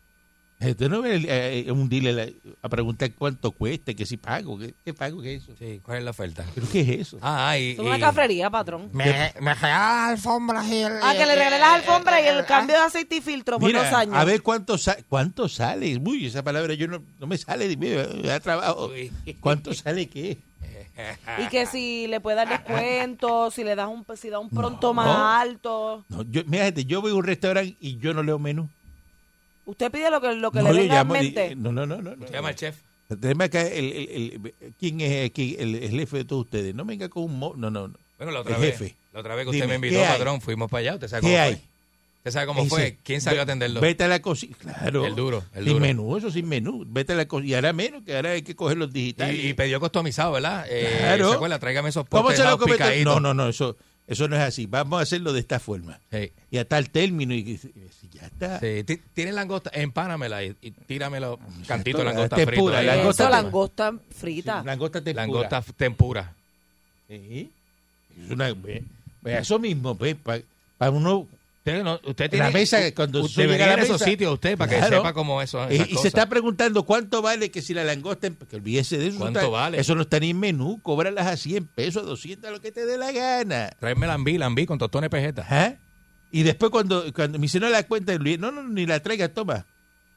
C: Usted no ve eh, un dealer a- a preguntar cuánto cuesta, que si pago, que, que pago, que eso.
E: Sí, ¿cuál es la oferta?
C: ¿Pero qué es eso?
E: Ah, y,
D: Es una
E: y-
D: cafrería, patrón.
J: Me, me regalas alfombras y el...
D: Ah, que le regalé las alfombras y el cambio de aceite y filtro por
C: Mira,
D: dos años.
C: a ver cuánto, sa- cuánto sale. Uy, esa palabra yo no, no me sale de mí, me da trabajo.
E: Uy.
C: ¿Cuánto sale qué?
D: Y que si le puedes dar descuento, si le das un, si da un pronto
C: No.
D: más alto.
C: No, yo, mira, gente, yo voy a un restaurante y yo no leo menú.
D: Usted pide lo que, lo que
C: no,
D: le
C: yo
D: venga en
C: llamo y-
D: mente.
C: no, no, no, no. no.
E: Llama al chef.
C: El tema acá, el, el- el- ¿quién es aquí el, el jefe de todos ustedes? No venga con un mo No, no, no.
E: Bueno, la otra
C: El
E: vez.
C: jefe.
E: La otra vez que
C: Dime,
E: usted me
C: ¿qué
E: invitó,
C: hay?
E: patrón, fuimos para allá. ¿Usted sabe cómo
C: ¿Qué
E: fue?
C: hay?
E: ¿Usted sabe cómo
C: Dice,
E: fue? ¿Quién salió a
C: ve-
E: atenderlo?
C: Vete a la cocina. Claro.
E: El duro, el
C: sin
E: duro.
C: menú, eso sin menú. Vete a la cocina. Y ahora menos, que ahora hay que coger los digitales.
E: Y, y pidió customizado, ¿verdad? Eh,
C: Claro.
E: ¿Se acuerda? Tráigame esos
C: ¿Cómo
E: postres
C: se lo
E: helados
C: comete?
E: picaditos.
C: No, no, no, eso, eso no es así. Vamos a hacerlo de esta forma.
E: Sí.
C: Y a tal término. Y, y- y ya está.
E: Sí, ti- tiene langosta, empánamela y, y tíramelo cantito de
C: la
E: langosta
C: tempura,
E: frita.
C: la
E: ahí.
C: langosta
D: Eso,
C: te-
D: langosta
C: Sí,
D: frita.
C: langosta tempura.
E: Langosta f- tempura.
C: Sí. Es una- ve- ve, eso mismo, pues, para uno
E: Usted, no- usted tiene
C: La mesa, cuando
E: usted
C: usted llega
E: debería
C: a la
E: ir a esos
C: mesa.
E: sitios usted para que
C: Claro.
E: sepa cómo es eso.
C: Y,
E: esas
C: y se
E: cosas.
C: está preguntando cuánto vale que si la langosta, en- que olvídese de eso. eso
E: ¿Cuánto
C: está-
E: vale?
C: Eso no está ni en menú, cóbralas a 100 pesos, a 200, lo que te dé la gana.
E: Tráeme lambí, lambí con tostones pejetas.
C: Ajá. Y después cuando, cuando me hicieron la cuenta, le dije, no, no, ni la traigas, toma.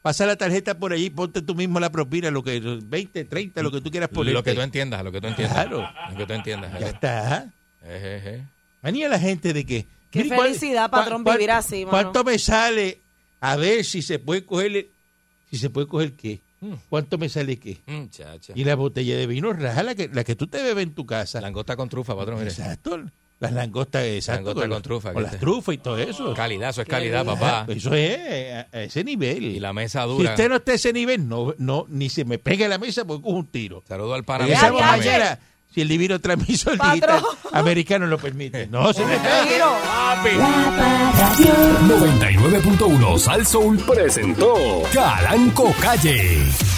C: Pasa la tarjeta por allí, ponte tú mismo la propina, lo que 20, 30, lo que tú quieras poner.
E: Lo que tú entiendas, lo que tú entiendas.
C: Claro.
E: Lo que tú entiendas.
C: Ya está. ¿ah?
E: Eh, eh, eh.
C: Manía la gente de que...
D: Qué
C: "Mire, cuál-
D: felicidad,
C: cuá-
D: patrón,
C: cuá-
D: vivir así, mano".
C: ¿Cuánto me sale? A ver si se puede coger... Si se puede coger qué.
E: Hmm.
C: ¿Cuánto me sale qué?
E: Mm, chacha.
C: Y la botella de vino raja, la que, la que tú te bebes en tu casa.
E: Langosta con trufa, patrón. mire.
C: exacto. Las langostas, exacto.
E: Langosta con trufa,
C: Con
E: ¿viste?
C: las trufas y todo eso.
E: Calidad, eso es calidad, papá.
C: Eso es eh, a, a ese nivel.
E: Y la mesa
C: si
E: dura.
C: usted no está a ese nivel, no, no ni se me pegue la mesa porque coge un tiro.
E: Saludo al pana.
C: En
E: mío,
C: esa
D: Ya,
E: que come.
D: ya,
C: borrachera, si el divino transmiso el
D: Patrón.
C: digital americano lo permite. No, se me
D: Te
C: pegue.
D: giro.
B: La radio.
A: 99.1 Sal Soul presentó Calanco Calle.